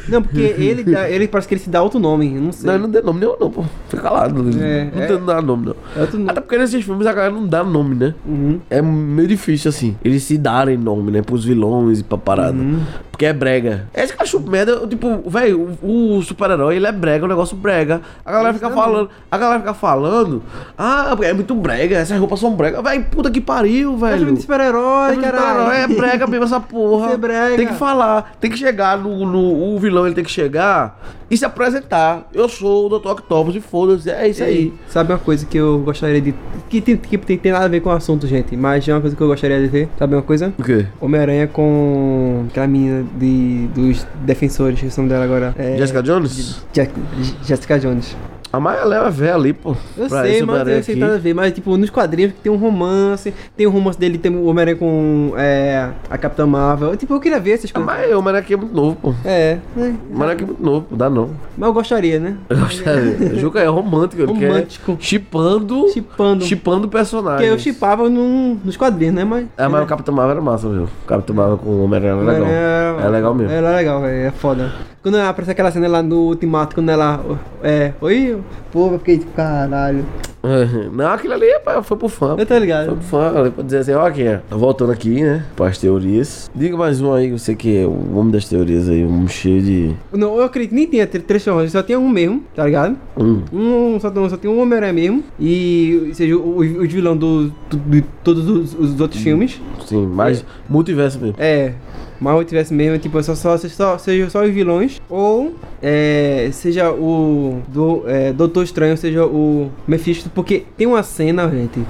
[SPEAKER 3] Não, porque ele, dá- ele parece que ele se dá outro nome, eu não sei.
[SPEAKER 2] Não, é ele não deu nome nenhum, não, pô. Fica calado.
[SPEAKER 3] É,
[SPEAKER 2] não
[SPEAKER 3] é.
[SPEAKER 2] tem nada nome, não.
[SPEAKER 3] É outro
[SPEAKER 2] Até
[SPEAKER 3] nome.
[SPEAKER 2] porque nesses filmes a galera não dá nome, né?
[SPEAKER 3] Uhum.
[SPEAKER 2] É meio difícil, assim, eles se darem nome, né? Pros vilões e pra parada.
[SPEAKER 3] Uhum.
[SPEAKER 2] Porque é brega. É esse cachorro merda, eu, tipo, velho, o, o super-herói, ele é brega, o negócio brega. A galera
[SPEAKER 3] é
[SPEAKER 2] fica falando, a galera fica falando, ah, porque é muito brega, essas roupas são brega. Velho, puta que pariu,
[SPEAKER 3] Mas
[SPEAKER 2] velho.
[SPEAKER 3] filme de super-herói,
[SPEAKER 2] Filme de super-herói
[SPEAKER 3] caralho.
[SPEAKER 2] É
[SPEAKER 3] [LAUGHS]
[SPEAKER 2] brega mesmo essa porra.
[SPEAKER 3] Isso é brega.
[SPEAKER 2] Tem que falar, tem que chegar no, no- O vilão ele tem que chegar e se apresentar. Eu sou o Dr. Octopus e foda-se. É isso aí.
[SPEAKER 3] Ei, sabe uma coisa que eu gostaria de. Que tem, que tem, tem nada a ver com o assunto, gente, mas é uma coisa que eu gostaria de ver. Sabe uma coisa?
[SPEAKER 2] O quê?
[SPEAKER 3] Homem-Aranha com aquela menina de, dos defensores, que é o nome dela agora. É,
[SPEAKER 2] Jessica Jones?
[SPEAKER 3] Jack- J- Jessica Jones.
[SPEAKER 2] A Maia Leva é velha ali, pô.
[SPEAKER 3] Eu
[SPEAKER 2] Pra
[SPEAKER 3] sei,
[SPEAKER 2] esse
[SPEAKER 3] mas
[SPEAKER 2] Homem-Aranha
[SPEAKER 3] eu sei
[SPEAKER 2] aqui.
[SPEAKER 3] nada a ver. Mas, tipo, nos quadrinhos que tem um romance, tem um romance dele, tem o Homem-Aranha com é, a Capitã Marvel. Tipo, eu queria ver essas
[SPEAKER 2] Ah,
[SPEAKER 3] coisas.
[SPEAKER 2] Mas o Homem-Aranha aqui é muito novo, pô.
[SPEAKER 3] É, né?
[SPEAKER 2] O Homem-Aranha aqui é muito novo, pô. Dá não.
[SPEAKER 3] Mas eu gostaria, né?
[SPEAKER 2] Eu gostaria.
[SPEAKER 3] [LAUGHS]
[SPEAKER 2] O Juca é romântico, ele
[SPEAKER 3] Romântico.
[SPEAKER 2] quer. Chipando.
[SPEAKER 3] Chipando.
[SPEAKER 2] Chipando o
[SPEAKER 3] Porque
[SPEAKER 2] personagem.
[SPEAKER 3] eu chipava num- nos quadrinhos, né? Mas.
[SPEAKER 2] É, mas o Capitão Marvel era massa, viu? O Capitão Marvel com o Homem-Aranha era legal. É legal mesmo.
[SPEAKER 3] Era legal, velho. É foda. Quando aparece aquela cena lá no Ultimato, quando ela. É. Oi? Pô, eu fiquei tipo, caralho.
[SPEAKER 2] É, [LAUGHS] Não, aquilo ali pá, foi pro fã.
[SPEAKER 3] Eu tô
[SPEAKER 2] Foi
[SPEAKER 3] ligado.
[SPEAKER 2] pro fã, ali pra dizer assim, ó quem é. Voltando aqui, né? Para as teorias. Diga mais um aí, você que é o homem das teorias aí, um cheio de.
[SPEAKER 3] Não, eu acredito, nem tinha tr- três formas, só tinha um mesmo, tá ligado?
[SPEAKER 2] Hum.
[SPEAKER 3] Um, só, tem- só tem um Homem-Aranha mesmo. E. Ou seja, o- os vilão do, do- de todos os, os outros filmes.
[SPEAKER 2] Sim, mas multiverso mesmo.
[SPEAKER 3] É. Mas eu tivesse mesmo, tipo, só, só, só, seja só os vilões. Ou é, seja o do, é, Doutor Estranho, seja o Mephisto. Porque tem uma cena, gente,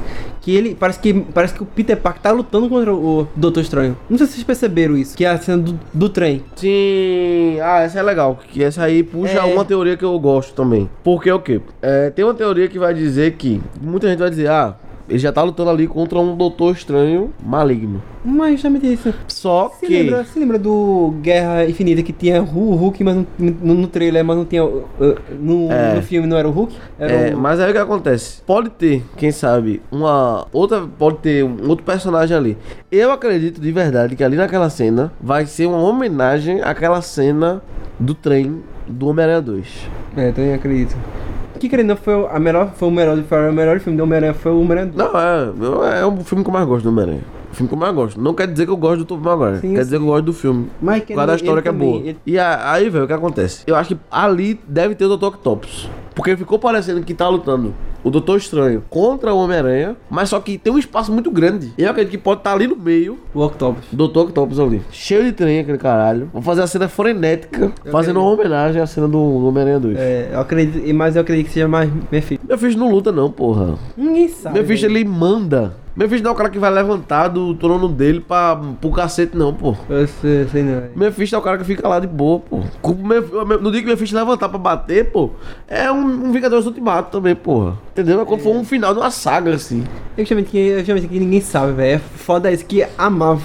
[SPEAKER 3] que ele. Parece que, parece que o Peter Parker tá lutando contra o Doutor Estranho. Não sei se vocês perceberam isso. Que é a cena do, do trem.
[SPEAKER 2] Sim, ah, essa é legal. Que essa aí puxa
[SPEAKER 3] É.
[SPEAKER 2] uma teoria que eu gosto também. Porque o quê? É, tem uma teoria que vai dizer que. Muita gente vai dizer, ah, Ele já tá lutando ali contra um doutor estranho maligno.
[SPEAKER 3] Mas justamente isso.
[SPEAKER 2] Só
[SPEAKER 3] Se
[SPEAKER 2] que.
[SPEAKER 3] lembra, se lembra do Guerra Infinita que tinha o Hulk, mas não- no, no trailer, mas não tinha. uh, uh, No,
[SPEAKER 2] É.
[SPEAKER 3] no filme não era o Hulk? Era
[SPEAKER 2] É,
[SPEAKER 3] o-
[SPEAKER 2] mas aí o que acontece? Pode ter, quem sabe, uma outra. Pode ter um outro personagem ali. Eu acredito de verdade que ali naquela cena vai ser uma homenagem àquela cena do trem do Homem-Aranha 2.
[SPEAKER 3] É, também acredito. Que querendo ou não, foi a melhor, foi o melhor, foi o melhor filme do Homem-Aranha, foi o Homem-Aranha.
[SPEAKER 2] Não, é, eu- é o filme que eu mais gosto do Homem-Aranha. O filme que eu mais gosto. Não quer dizer que eu gosto do Tobey Maguire.
[SPEAKER 3] Sim,
[SPEAKER 2] quer dizer que eu gosto do filme.
[SPEAKER 3] Mas
[SPEAKER 2] Por causa da história que é boa. E a- aí, velho, o que acontece? Eu acho que ali deve ter o Dr. Octopus. Porque ficou parecendo que tá lutando o Doutor Estranho contra o Homem-Aranha, mas só que tem um espaço muito grande. E eu acredito que pode estar ali no meio,
[SPEAKER 3] O Octopus.
[SPEAKER 2] o Dr. Octopus ali. Cheio de trem aquele caralho. Vou fazer a cena frenética, fazendo uma homenagem à cena do do Homem-Aranha 2.
[SPEAKER 3] É, eu acredito, mas eu acredito que seja mais Mephisto.
[SPEAKER 2] Meu filho não luta não, porra.
[SPEAKER 3] Ninguém sabe.
[SPEAKER 2] Meu filho,
[SPEAKER 3] velho.
[SPEAKER 2] ele manda. Meu filho não é o cara que vai levantar do trono dele pra, pro cacete, não, pô.
[SPEAKER 3] Eu sei, eu sei não. velho. Mephisto
[SPEAKER 2] Mephisto é o cara que fica lá de boa, pô. Com- Mef- No dia que Mephisto levantar pra bater, pô, é um, um Vingadores Ultimato também, porra. Entendeu? Mas quando for um final de uma saga, assim.
[SPEAKER 3] Eu chamo que, eu chamo que ninguém sabe, velho. É foda isso que amar.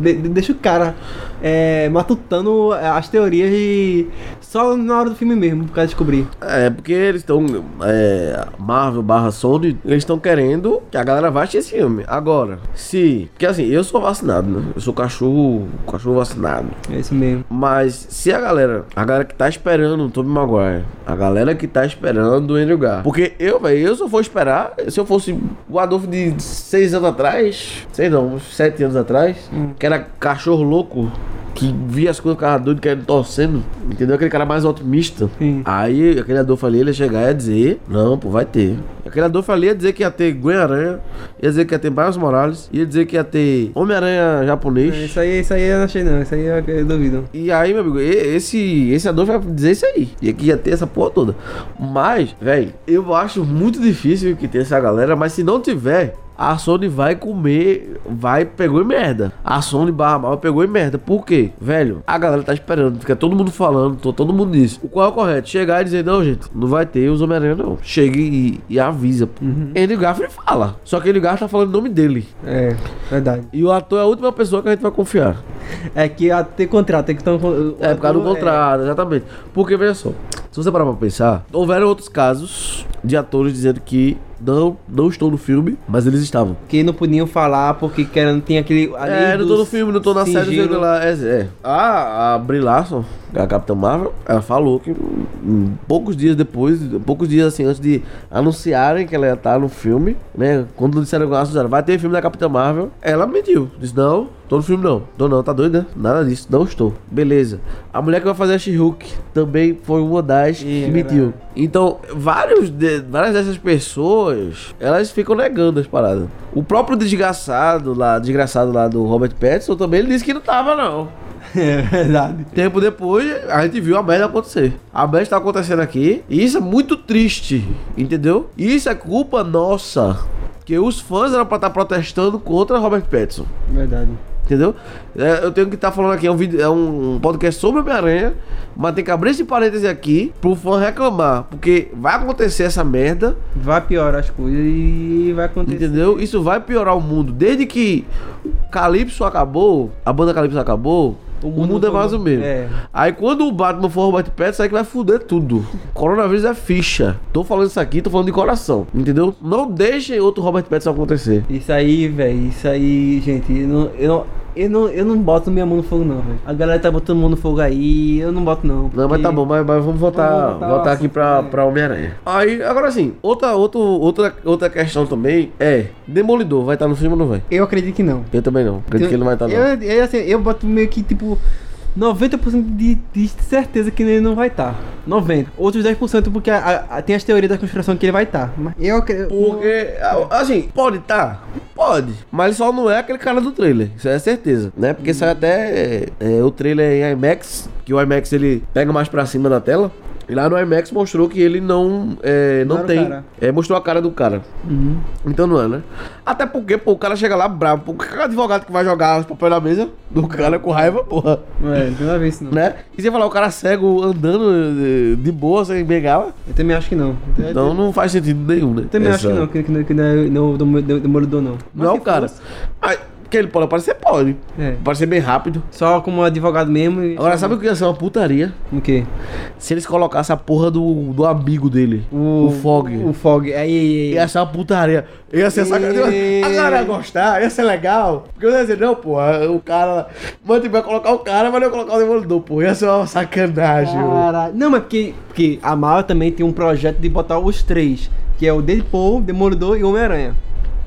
[SPEAKER 3] de- de- Deixa o cara é, matutando as teorias e só na hora do filme mesmo, pro cara descobrir.
[SPEAKER 2] É, porque eles estão. É, Marvel barra Sony, eles estão querendo que a galera vá assistir esse filme. Agora, se. Porque assim, eu sou vacinado, né? Eu sou cachorro. cachorro vacinado.
[SPEAKER 3] É isso mesmo.
[SPEAKER 2] Mas se a galera, a galera que tá esperando o Tobey Maguire, a galera que tá esperando o Andrew Gar, porque eu, velho, eu só for esperar, se eu fosse o Adolfo de seis anos atrás, sei não, uns sete anos atrás, que era cachorro louco, que via as coisas, ficava doido, querendo torcendo, entendeu? Aquele cara mais otimista.
[SPEAKER 3] Sim.
[SPEAKER 2] Aí aquele Adolfo ali, ele ia chegar e ia dizer, não, pô, vai ter. Aquele Adolfo ali ia dizer que ia ter Gwen Aranha, ia dizer que ia ter Miles Morales, ia dizer que ia ter Homem-Aranha japonês.
[SPEAKER 3] É, Isso aí, isso aí eu não achei não, isso aí eu, eu duvido.
[SPEAKER 2] E aí, meu amigo, e- esse, esse Adolfo vai dizer isso aí. E aqui ia ter essa porra toda. Mas, velho, eu acho muito difícil que tenha essa galera. Mas se não tiver, a Sony vai comer. Vai, pegou em merda. A Sony barra mal pegou em merda. Por quê? Velho, a galera tá esperando. Fica todo mundo falando, tô todo mundo nisso. O qual é o correto? Chegar e dizer, não, gente, não vai ter os Homem-Aranha, não. Chega e, e avisa. pô. Andrew Garfield fala. Só que Andrew Garfield tá falando o nome dele.
[SPEAKER 3] É, verdade.
[SPEAKER 2] E o ator é a última pessoa que a gente vai confiar.
[SPEAKER 3] É que a- tem contrato, tem que estar.
[SPEAKER 2] É, por causa do contrato, exatamente. Porque, veja só, se você parar pra pensar, houveram outros casos de atores dizendo que não, não estou no filme, mas eles estavam.
[SPEAKER 3] que não podiam falar porque querendo, tem aquele. a lei
[SPEAKER 2] É, não tô
[SPEAKER 3] do
[SPEAKER 2] no filme, não tô na série, não
[SPEAKER 3] sigilo.
[SPEAKER 2] sei o que lá. É, é. A, a Brie Larson, a Capitã Marvel, ela falou que hum, poucos dias depois, poucos dias assim, antes de anunciarem que ela ia estar no filme, né? Quando disseram que anunciaram, vai ter filme da Capitã Marvel, ela mentiu. Disse, não, tô no filme não. Tô não, tá doida? Nada disso, não estou. Beleza. A mulher que vai fazer a She-Hulk também foi uma das
[SPEAKER 3] Ih,
[SPEAKER 2] que
[SPEAKER 3] é
[SPEAKER 2] mentiu. Então, vários de- várias dessas pessoas, elas ficam negando as paradas. O próprio desgraçado lá, desgraçado lá do Robert Pattinson também, ele disse que não tava, não.
[SPEAKER 3] É verdade.
[SPEAKER 2] Tempo depois, a gente viu a merda acontecer. A merda está acontecendo aqui. E isso é muito triste, entendeu? E Isso é culpa nossa. Que os fãs eram pra estar protestando contra Robert Pattinson.
[SPEAKER 3] Verdade.
[SPEAKER 2] Entendeu? É, eu tenho que estar falando aqui, é um, vídeo, é um podcast sobre Homem-Aranha, mas tem que abrir esse parêntese aqui pro fã reclamar, porque vai acontecer essa merda,
[SPEAKER 3] Vai piorar as coisas e vai acontecer.
[SPEAKER 2] entendeu? Isso vai piorar o mundo. Desde que Calypso acabou, a banda Calypso acabou, o mundo, é mais o
[SPEAKER 3] todo-
[SPEAKER 2] mesmo.
[SPEAKER 3] é.
[SPEAKER 2] Aí quando o Batman for Robert Pattinson, aí que vai fuder tudo. Coronavírus é ficha. Tô falando isso aqui, tô falando de coração, entendeu? Não deixem outro Robert Pattinson acontecer.
[SPEAKER 3] Isso aí, velho. Isso aí, gente. Eu não, eu, não, eu, não, eu não boto minha mão no fogo, não, velho. A galera tá botando mão no fogo aí. Eu não boto, não.
[SPEAKER 2] Não, mas
[SPEAKER 3] porque-
[SPEAKER 2] tá bom, mas, mas vamos voltar,
[SPEAKER 3] Vamos
[SPEAKER 2] voltar,
[SPEAKER 3] voltar
[SPEAKER 2] aqui
[SPEAKER 3] ao
[SPEAKER 2] pra,
[SPEAKER 3] assunto,
[SPEAKER 2] pra Homem-Aranha. Aí, agora sim, outra, outro, outra, outra questão também é: Demolidor vai estar no filme ou não vai?
[SPEAKER 3] Eu acredito que não.
[SPEAKER 2] Eu também não, acredito que ele não vai estar não.
[SPEAKER 3] eu, eu, assim, eu boto meio que tipo 90% de, de certeza que ele não vai estar. 90%. Outros 10% porque a- a- a- tem as teorias da conspiração que ele vai estar. Mas eu acredito.
[SPEAKER 2] Porque, a- assim, pode tá? Pode. Mas só não é aquele cara do trailer. Isso é certeza, né? Porque saiu até é, é, o trailer em IMAX, que o IMAX ele pega mais pra cima da tela. E lá no IMAX mostrou que ele não, é, não,
[SPEAKER 3] Não era o
[SPEAKER 2] tem.
[SPEAKER 3] cara. Uhum.
[SPEAKER 2] É, mostrou a cara do cara. Então não é, né? Até porque, pô, o cara chega lá bravo. Pô, que é advogado que vai jogar os papéis na mesa do cara com raiva, porra.
[SPEAKER 3] É, não vai ver isso não.
[SPEAKER 2] Né? E você falar, o cara cego andando eh, de boa, sem bengala.
[SPEAKER 3] Eu também acho que não. Eu
[SPEAKER 2] Então não faz sentido nenhum, né?
[SPEAKER 3] É também acho
[SPEAKER 2] Essa-
[SPEAKER 3] que não, que, que não, que não é não, demo- demolidor não. Mas
[SPEAKER 2] Não é o
[SPEAKER 3] se
[SPEAKER 2] cara.
[SPEAKER 3] fosse,
[SPEAKER 2] Aí, porque ele pode aparecer? Pode.
[SPEAKER 3] É.
[SPEAKER 2] Pode ser bem rápido.
[SPEAKER 3] Só como advogado mesmo e...
[SPEAKER 2] Agora, sabe o que ia ser uma putaria?
[SPEAKER 3] O quê?
[SPEAKER 2] Se eles colocassem a porra do, do amigo dele, o, Fog.
[SPEAKER 3] O Fog. Aí, aí, aí.
[SPEAKER 2] Ia ser uma putaria. Ia ser sacanagem.
[SPEAKER 3] E-
[SPEAKER 2] A galera ia gostar, ia ser legal. Porque eu ia dizer, não, porra, o cara. Mano, tipo, ia colocar o cara, mas não ia colocar o demolidor, porra. Ia ser uma sacanagem.
[SPEAKER 3] Ah.
[SPEAKER 2] mano.
[SPEAKER 3] Caralho. Não, mas porque, porque a Marvel também tem um projeto de botar os três. Que é o Deadpool, Demolidor e Homem-Aranha.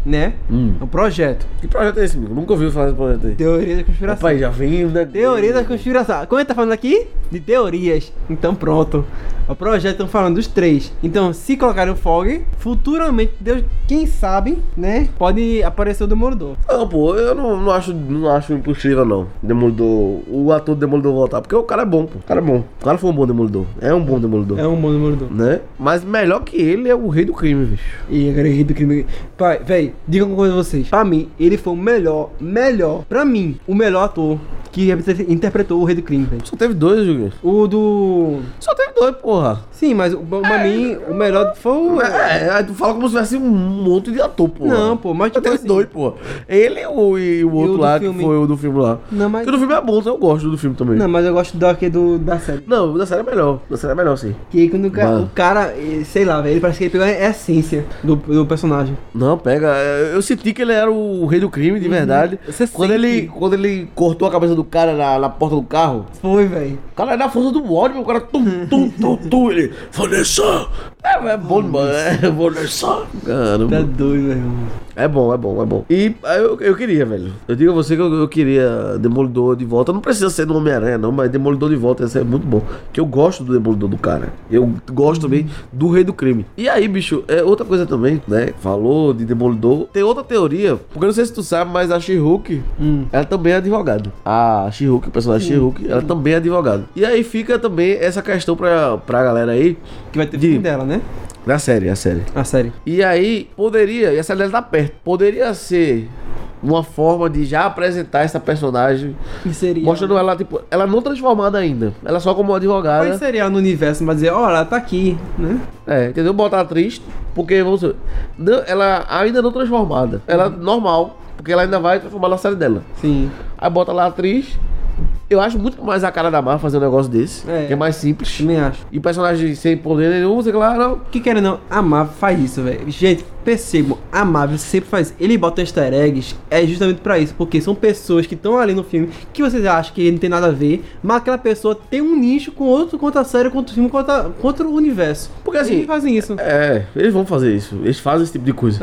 [SPEAKER 3] Né? É um projeto.
[SPEAKER 2] Que projeto é esse, amigo? Nunca ouviu falar desse projeto aí.
[SPEAKER 3] Teoria da conspiração.
[SPEAKER 2] Rapaz, já vem. Né?
[SPEAKER 3] Teoria da conspiração. Como a gente tá falando aqui? De teorias. Então pronto. O projeto estão falando dos três. Então, se colocarem o Fog, futuramente, Deus, quem sabe, né? Pode aparecer o Demolidor.
[SPEAKER 2] Não, pô, eu não, não, acho, não acho impossível, não. Demolidor. O ator do Demolidor voltar. Porque o cara é bom, pô. O cara é bom. O cara foi um bom Demolidor. É um bom Demolidor.
[SPEAKER 3] É um bom Demolidor.
[SPEAKER 2] Né? Mas melhor que ele é o rei do crime, bicho.
[SPEAKER 3] E agora eu ri do crime. Pai, véi, diga uma coisa a vocês. Pra mim, ele foi o melhor, melhor, pra mim, o melhor ator que interpretou o Rei do Crime, velho.
[SPEAKER 2] Só teve dois, Juguinho.
[SPEAKER 3] O do.
[SPEAKER 2] Só teve dois, porra.
[SPEAKER 3] Sim, mas o- pra mim, o melhor foi o.
[SPEAKER 2] É, aí tu fala como se tivesse um monte de ator, pô.
[SPEAKER 3] Não, pô, mas
[SPEAKER 2] Só
[SPEAKER 3] tipo
[SPEAKER 2] teve
[SPEAKER 3] assim-
[SPEAKER 2] dois, pô. Ele o, e o outro
[SPEAKER 3] do
[SPEAKER 2] lá, que
[SPEAKER 3] filme.
[SPEAKER 2] foi o do filme lá.
[SPEAKER 3] Não, mas-
[SPEAKER 2] Porque o do filme é bom, eu gosto do filme também.
[SPEAKER 3] Não, mas eu gosto do, aqui do da série.
[SPEAKER 2] Não, o da série é melhor. O da série é melhor, sim.
[SPEAKER 3] Que quando o cara,
[SPEAKER 2] Mano.
[SPEAKER 3] o cara, eh, sei lá, velho, ele parece que ele pegou a essência do, do personagem.
[SPEAKER 2] Não, pega. é, Eu senti que ele era o rei do crime, de verdade.
[SPEAKER 3] Uhum. Você
[SPEAKER 2] quando,
[SPEAKER 3] sente.
[SPEAKER 2] ele, quando ele cortou a cabeça do cara na, na porta do carro,
[SPEAKER 3] Foi, velho.
[SPEAKER 2] o cara é da força do ódio, o cara tum, tum, tum, tum, ele. Vanessa! É, é bom, mano.
[SPEAKER 3] [LAUGHS]
[SPEAKER 2] É, Vanessa!
[SPEAKER 3] Tá
[SPEAKER 2] Caramba.
[SPEAKER 3] doido, meu irmão.
[SPEAKER 2] É bom, é bom, é bom. E ah, eu, eu queria, velho. Eu digo a você que eu, eu queria Demolidor de volta. Não precisa ser do Homem-Aranha, não, mas Demolidor de volta ia ser muito bom. Que eu gosto do Demolidor do cara. Eu gosto também do Rei do Crime. E aí, bicho, é outra coisa também, né? Falou de Demolidor. Tem outra teoria, porque eu não sei se tu sabe, mas a She-Hulk,
[SPEAKER 3] Hum.
[SPEAKER 2] ela também é advogada. A She-Hulk, o personagem She-Hulk, ela também é advogada. E aí fica também essa questão pra, pra galera aí.
[SPEAKER 3] Que vai ter
[SPEAKER 2] De-
[SPEAKER 3] filme dela, né?
[SPEAKER 2] Na série, a série.
[SPEAKER 3] A série.
[SPEAKER 2] E aí, poderia, e essa dela tá perto, poderia ser uma forma de já apresentar essa personagem,
[SPEAKER 3] Que seria. né?
[SPEAKER 2] mostrando ela, tipo, ela não transformada ainda, ela só como
[SPEAKER 3] Mas
[SPEAKER 2] advogada.
[SPEAKER 3] seria no universo, mas dizer, ó, ela tá aqui, né?
[SPEAKER 2] É, entendeu? Botar a atriz, porque, vamos dizer, não, ela ainda não transformada, ela normal, porque ela ainda vai transformar na série dela.
[SPEAKER 3] Sim.
[SPEAKER 2] Aí bota lá a atriz, eu acho muito mais a cara da Mar fazer um negócio desse,
[SPEAKER 3] É.
[SPEAKER 2] que é mais simples.
[SPEAKER 3] Também acho.
[SPEAKER 2] E personagem sem poder nenhum, sei lá, não.
[SPEAKER 3] Que querendo ou não, a Marvel faz isso, velho. Gente, percebam, a Marvel sempre faz isso. Ele bota easter eggs, é justamente pra isso, porque são pessoas que estão ali no filme, que vocês acham que não tem nada a ver, mas aquela pessoa tem um nicho com outro, contra a série, contra o filme, contra, contra o universo.
[SPEAKER 2] Porque, assim,
[SPEAKER 3] Eles fazem isso. É.
[SPEAKER 2] É, eles vão fazer isso, eles fazem esse tipo de coisa.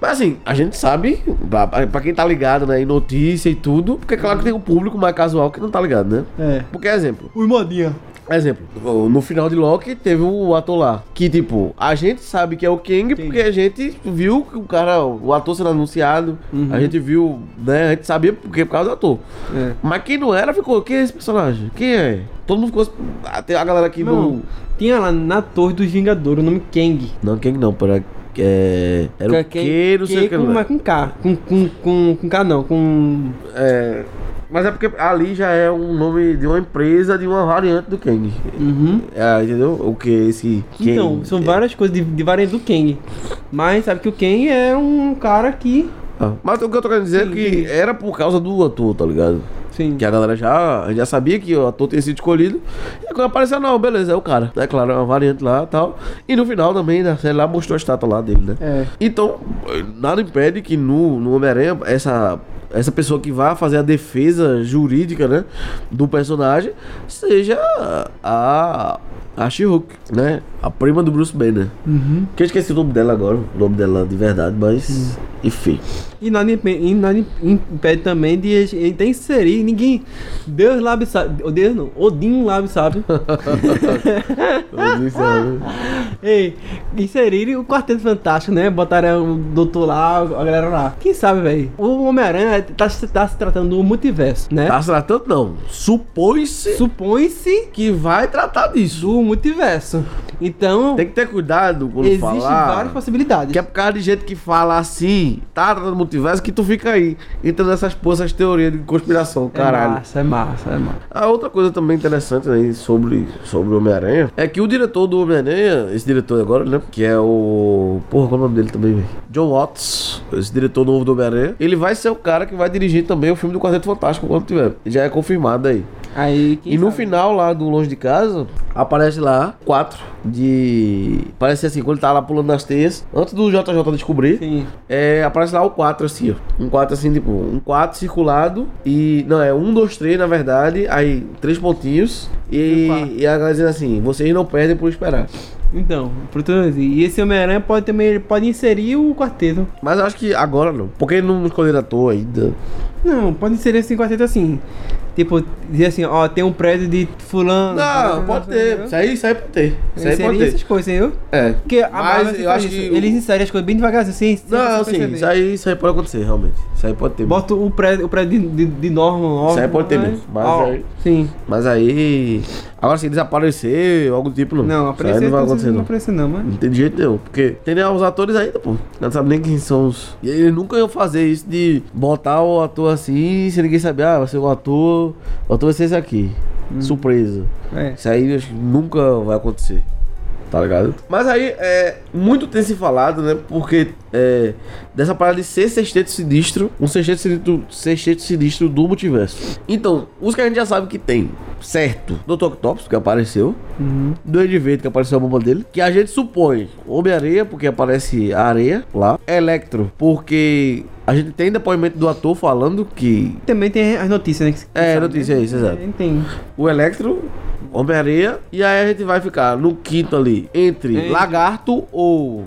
[SPEAKER 2] Mas assim, a gente sabe, pra, pra quem tá ligado, né, em notícia e tudo, porque é claro que tem um público mais casual que não tá ligado, né?
[SPEAKER 3] É.
[SPEAKER 2] Porque, exemplo,
[SPEAKER 3] Ui, modinha.
[SPEAKER 2] exemplo, no final de Loki teve o ator lá, que tipo, a gente sabe que é o King, porque a gente viu que o cara, o ator sendo anunciado, a gente viu, né, a gente sabia porque por causa do ator.
[SPEAKER 3] Uhum. É.
[SPEAKER 2] Mas quem não era, ficou, quem é esse personagem? Quem é? Todo mundo ficou, até a galera aqui
[SPEAKER 3] Não,
[SPEAKER 2] no...
[SPEAKER 3] tinha lá na Torre dos Vingadores o nome Kang.
[SPEAKER 2] Não, King não, pera... É, era o que, não sei o que.
[SPEAKER 3] com,
[SPEAKER 2] lá.
[SPEAKER 3] mas com K. Com, com, com, com K não, com...
[SPEAKER 2] É, mas é porque ali já é um nome de uma empresa, de uma variante do Kang.
[SPEAKER 3] Uhum.
[SPEAKER 2] É, entendeu? O que esse Kang.
[SPEAKER 3] Então, são várias coisas de, de variante do Kang. Mas sabe que o Kang é um cara que.
[SPEAKER 2] Ah, Mas o que eu tô querendo dizer é que era por causa do ator, tá ligado?
[SPEAKER 3] Sim.
[SPEAKER 2] Que a galera já, já sabia que o ator tinha sido escolhido. E quando apareceu, não, beleza, é o cara. É claro, é uma variante lá e tal. E no final também, na série lá, mostrou a estátua lá dele, né?
[SPEAKER 3] É.
[SPEAKER 2] Então, nada impede que no, no Homem-Aranha, essa, essa pessoa que vai fazer a defesa jurídica, né? Do personagem, seja a. A She-Hulk, né? A prima do Bruce Banner. Que eu esqueci o nome dela agora, o nome dela de verdade, mas. Enfim.
[SPEAKER 3] E nada, impe- e nada impede também de a gente de inserir ninguém. Deus Lab sabe. Oh, Deus não. Odin
[SPEAKER 2] [LAUGHS]
[SPEAKER 3] Lab sabe. Ei, inserirem o Quarteto Fantástico, né? Botaram o doutor lá, a galera lá. Quem sabe, velho? O Homem-Aranha tá, se- tá se tratando do multiverso, né?
[SPEAKER 2] Tá se tratando, não. Supõe-se
[SPEAKER 3] Supõe-se
[SPEAKER 2] que vai tratar disso.
[SPEAKER 3] do multiverso. Então,
[SPEAKER 2] Tem que ter cuidado quando
[SPEAKER 3] existem
[SPEAKER 2] falar.
[SPEAKER 3] várias possibilidades.
[SPEAKER 2] Que é por causa de gente que fala assim, tá no multiverso, que tu fica aí, entrando nessas poças teorias de conspiração,
[SPEAKER 3] É
[SPEAKER 2] caralho.
[SPEAKER 3] massa, é massa, é massa.
[SPEAKER 2] A outra coisa também interessante aí sobre, sobre o Homem-Aranha é que o diretor do Homem-Aranha, esse diretor agora, né? Que é o. Porra, qual é o nome dele também, velho? John Watts, esse diretor novo do Homem-Aranha, ele vai ser o cara que vai dirigir também o filme do Quarteto Fantástico quando tiver. Já é confirmado aí.
[SPEAKER 3] Aí, quem
[SPEAKER 2] E no
[SPEAKER 3] sabe?
[SPEAKER 2] final lá do Longe de Casa, aparece lá quatro de. Parece assim, quando ele tá lá pulando nas teias, antes do JJ descobrir,
[SPEAKER 3] Sim.
[SPEAKER 2] é, aparece lá o 4 assim, ó. Um 4 assim, tipo, um 4 circulado e. Não, é um, dois, três na verdade, aí três pontinhos e,
[SPEAKER 3] E o quatro.
[SPEAKER 2] e a galera dizendo assim: vocês não perdem por esperar.
[SPEAKER 3] Então, pro Thanos. E esse Homem-Aranha pode também ele pode inserir o quarteto.
[SPEAKER 2] Mas eu acho que agora não, porque não escolheram à toa ainda.
[SPEAKER 3] Não, pode inserir esse quarteto assim. Tipo, dizer assim, ó, tem um prédio de fulano.
[SPEAKER 2] Não, pode ter. Isso aí, isso aí pode ter. Isso aí pode
[SPEAKER 3] Inserir
[SPEAKER 2] ter.
[SPEAKER 3] essas coisas, entendeu?
[SPEAKER 2] É.
[SPEAKER 3] Porque a
[SPEAKER 2] Mas
[SPEAKER 3] Marvel
[SPEAKER 2] eu acho
[SPEAKER 3] faz
[SPEAKER 2] que
[SPEAKER 3] isso.
[SPEAKER 2] o-
[SPEAKER 3] Eles inserem as coisas bem devagarzinho, assim, sem
[SPEAKER 2] Não,
[SPEAKER 3] você
[SPEAKER 2] sim,
[SPEAKER 3] perceber.
[SPEAKER 2] isso aí, isso aí pode acontecer, realmente. Isso aí pode ter.
[SPEAKER 3] Bota o prédio, o prédio de, de, de Norman, ó.
[SPEAKER 2] Isso aí pode ter
[SPEAKER 3] né?
[SPEAKER 2] mesmo, mas
[SPEAKER 3] Ó,
[SPEAKER 2] aí-
[SPEAKER 3] Sim.
[SPEAKER 2] Mas aí. Agora se desaparecer, algum tipo, não.
[SPEAKER 3] Não,
[SPEAKER 2] Isso aí não
[SPEAKER 3] aparecer
[SPEAKER 2] vai
[SPEAKER 3] então,
[SPEAKER 2] acontecer,
[SPEAKER 3] não
[SPEAKER 2] não.
[SPEAKER 3] aparecer não, mas...
[SPEAKER 2] Não tem de jeito nenhum, porque tem nem os atores ainda, pô. Não sabe nem quem são os. E eles nunca iam fazer isso de botar o ator assim, se ninguém saber, ah, vai ser o ator. O ator vai ser esse aqui. Surpresa.
[SPEAKER 3] É.
[SPEAKER 2] Isso aí acho que nunca vai acontecer. Tá ligado? Mas aí, é, muito tem se falado, né? Porque é, dessa parada de ser sexteto sinistro, um sexteto sinistro, sexteto sinistro do multiverso. Então, os que a gente já sabe que tem, certo? Dr. Octopus, que apareceu. Duende Verde, que apareceu a bomba dele. Que a gente supõe Homem-Areia, porque aparece a areia lá. Electro, porque a gente tem depoimento do ator falando que
[SPEAKER 3] Também tem as notícias, né? que- que
[SPEAKER 2] É,
[SPEAKER 3] sabe,
[SPEAKER 2] notícia,
[SPEAKER 3] né?
[SPEAKER 2] isso, exato.
[SPEAKER 3] É, Tem.
[SPEAKER 2] o Electro, Homem-Areia, e aí a gente vai ficar no quinto ali, entre
[SPEAKER 3] Entre. Hum.
[SPEAKER 2] Lagarto ou,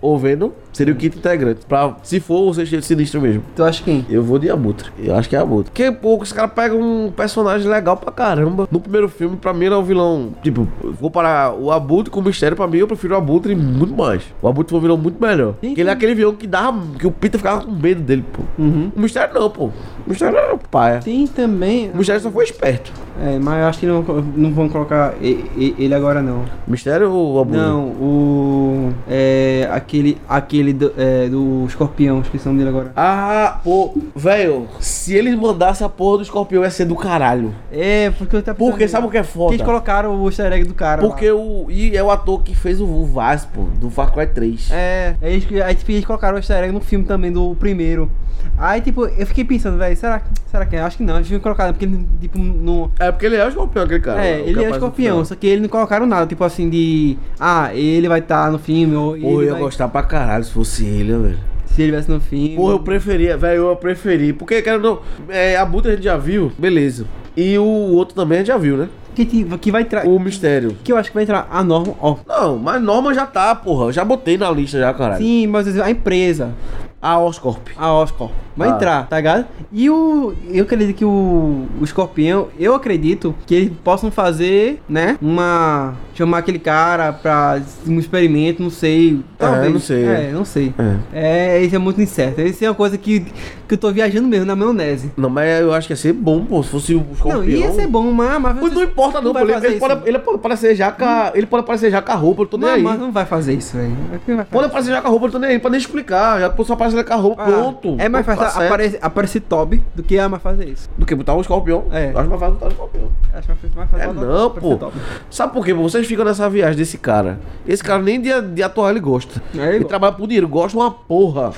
[SPEAKER 2] ou Venom, seria o quinto integrante, pra, se for o sexteto sinistro mesmo.
[SPEAKER 3] Tu acha quem?
[SPEAKER 2] Eu vou de Abutre. Eu acho que é Abutre. Porque, pô, os caras pegam um personagem legal pra caramba. No primeiro filme, pra mim, ele é o vilão. Tipo, eu vou parar o Abutre com o mistério. Pra mim, eu prefiro o Abutre muito mais. O Abutre foi um vilão muito melhor.
[SPEAKER 3] Sim,
[SPEAKER 2] Porque ele é
[SPEAKER 3] sim. Uhum.
[SPEAKER 2] aquele vilão que dava. Que o Peter ficava com medo dele, pô. O mistério não, pô. O mistério era paia.
[SPEAKER 3] Tem também...
[SPEAKER 2] O mistério só foi esperto.
[SPEAKER 3] É, mas eu acho que não, não vão colocar e- e- ele agora não.
[SPEAKER 2] O mistério ou o Abutre?
[SPEAKER 3] Não, o. É. Aquele. Aquele do, é, do escorpião, esqueci o nome dele agora.
[SPEAKER 2] Ah, pô, velho, se eles mandassem a porra do escorpião ia ser do caralho.
[SPEAKER 3] É, porque eu tava
[SPEAKER 2] Porque sabe o que é foda?
[SPEAKER 3] Eles colocaram o easter egg do cara. lá.
[SPEAKER 2] Porque o. E é o ator que fez o, o Vaz, pô, do Far Cry 3.
[SPEAKER 3] É, aí eles, aí, tipo, eles colocaram o easter egg no filme também, do primeiro. Aí, tipo, eu fiquei pensando, velho, será, que- será que é? Acho que não, eles deviam colocar, porque, ele, tipo, não.
[SPEAKER 2] É porque ele é o escorpião, aquele cara. o
[SPEAKER 3] É, ele é
[SPEAKER 2] capaz do
[SPEAKER 3] escorpião,
[SPEAKER 2] final.
[SPEAKER 3] só que eles não colocaram nada, tipo assim, de. Ah, ele vai estar no filme, ou
[SPEAKER 2] Porra, eu
[SPEAKER 3] ele
[SPEAKER 2] ia
[SPEAKER 3] vai,
[SPEAKER 2] gostar pra caralho se fosse ele, velho.
[SPEAKER 3] se ele estivesse no filme.
[SPEAKER 2] Porra, eu preferia, velho, eu preferi. Porque, quero não. É, a Buta a gente já viu, beleza. E o outro também a gente já viu, né?
[SPEAKER 3] que, te- que vai entrar.
[SPEAKER 2] O mistério.
[SPEAKER 3] Que eu acho que vai entrar a norma, ó.
[SPEAKER 2] Não, mas Norma já tá, porra. Eu já botei na lista já, caralho.
[SPEAKER 3] Sim, mas a empresa.
[SPEAKER 2] A Oscorp.
[SPEAKER 3] a Oscorp. Vai
[SPEAKER 2] Ah.
[SPEAKER 3] entrar, tá ligado? E o. Eu acredito que o, o escorpião, eu acredito que eles possam fazer, né? Uma. Chamar aquele cara pra um experimento, não sei. Talvez.
[SPEAKER 2] não sei.
[SPEAKER 3] É, não sei.
[SPEAKER 2] É.
[SPEAKER 3] É, isso é muito incerto. Isso é uma coisa que, que eu tô viajando mesmo na maionese.
[SPEAKER 2] Não, mas eu acho que ia ser bom, pô, se fosse o escorpião.
[SPEAKER 3] Não, ia ser bom, mas. mas
[SPEAKER 2] Mas não importa, não, pô.
[SPEAKER 3] vai
[SPEAKER 2] Ele,
[SPEAKER 3] fazer
[SPEAKER 2] ele
[SPEAKER 3] isso.
[SPEAKER 2] pode, ele pode aparecer já com a, Ele pode aparecer já com a roupa, eu tô nem
[SPEAKER 3] Mas,
[SPEAKER 2] aí.
[SPEAKER 3] mas não vai fazer isso, velho. É
[SPEAKER 2] Pode aparecer já com a roupa, eu tô nem aí, pra nem explicar. Já só aparece com a roupa,
[SPEAKER 3] Ah,
[SPEAKER 2] pronto.
[SPEAKER 3] É mais
[SPEAKER 2] Pronto,
[SPEAKER 3] fácil
[SPEAKER 2] tá certo.
[SPEAKER 3] aparecer, aparecer Toby do que a mais fazer isso.
[SPEAKER 2] Do que botar um escorpião?
[SPEAKER 3] É.
[SPEAKER 2] Eu acho mais fácil botar um escorpião.
[SPEAKER 3] Acho mais mais fácil
[SPEAKER 2] É
[SPEAKER 3] botar-
[SPEAKER 2] não,
[SPEAKER 3] aparecer
[SPEAKER 2] pô.
[SPEAKER 3] Toby.
[SPEAKER 2] Sabe por quê? pô? Vocês ficam nessa viagem desse cara. Esse cara nem de, de atuar ele gosta.
[SPEAKER 3] É, ele
[SPEAKER 2] ele
[SPEAKER 3] gosta.
[SPEAKER 2] trabalha por dinheiro, gosta uma
[SPEAKER 3] [LAUGHS]
[SPEAKER 2] porra.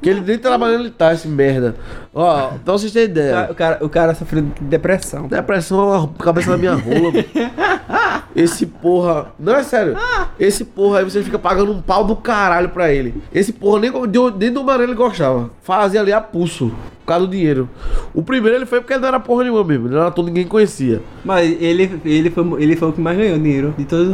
[SPEAKER 2] que ele nem trabalhando ele tá, esse merda. Ó, pra vocês terem
[SPEAKER 3] O
[SPEAKER 2] ideia.
[SPEAKER 3] cara- O cara, o cara sofreu de depressão.
[SPEAKER 2] Depressão é uma cabeça da minha rola. mano. Esse porra. Não, é sério. Esse porra aí você fica pagando um pau do caralho pra ele. Esse porra nem, nem do Maranhão ele gostava. Fazia ali a pulso. por causa do dinheiro. O primeiro ele foi porque ele não era porra nenhuma mesmo, ele não era ator que ninguém conhecia.
[SPEAKER 3] Mas ele, ele, foi, ele foi o que mais ganhou dinheiro de todos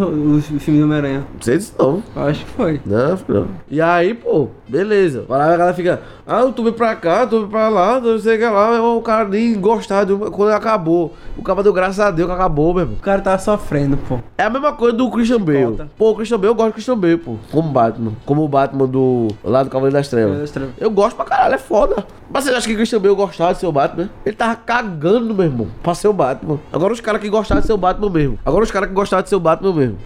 [SPEAKER 3] os filmes do Homem-Aranha.
[SPEAKER 2] Não sei disso não.
[SPEAKER 3] Eu Acho que foi.
[SPEAKER 2] Não, não. E aí, pô, beleza. Vai lá, a galera fica, ah, eu tomei pra cá, tomei pra lá, não sei o que lá. O cara nem gostava de uma- quando acabou. O cara deu graças a Deus que acabou mesmo.
[SPEAKER 3] O cara tava sofrendo, pô.
[SPEAKER 2] É a mesma coisa do Christian Bale.
[SPEAKER 3] Conta.
[SPEAKER 2] Pô, o Christian Bale, eu gosto do Christian Bale, pô. Como Batman. Como o Batman do. Lá do Cavaleiro das
[SPEAKER 3] Cavaleiro
[SPEAKER 2] Trevas.
[SPEAKER 3] das Trevas.
[SPEAKER 2] Eu gosto pra caralho, é foda. Mas você acha que o Christian Bale gostava de ser o Batman? Ele tava cagando, meu irmão, pra ser o Batman. Agora os caras que gostavam de ser o Batman mesmo. Agora os caras que gostavam de ser o Batman mesmo.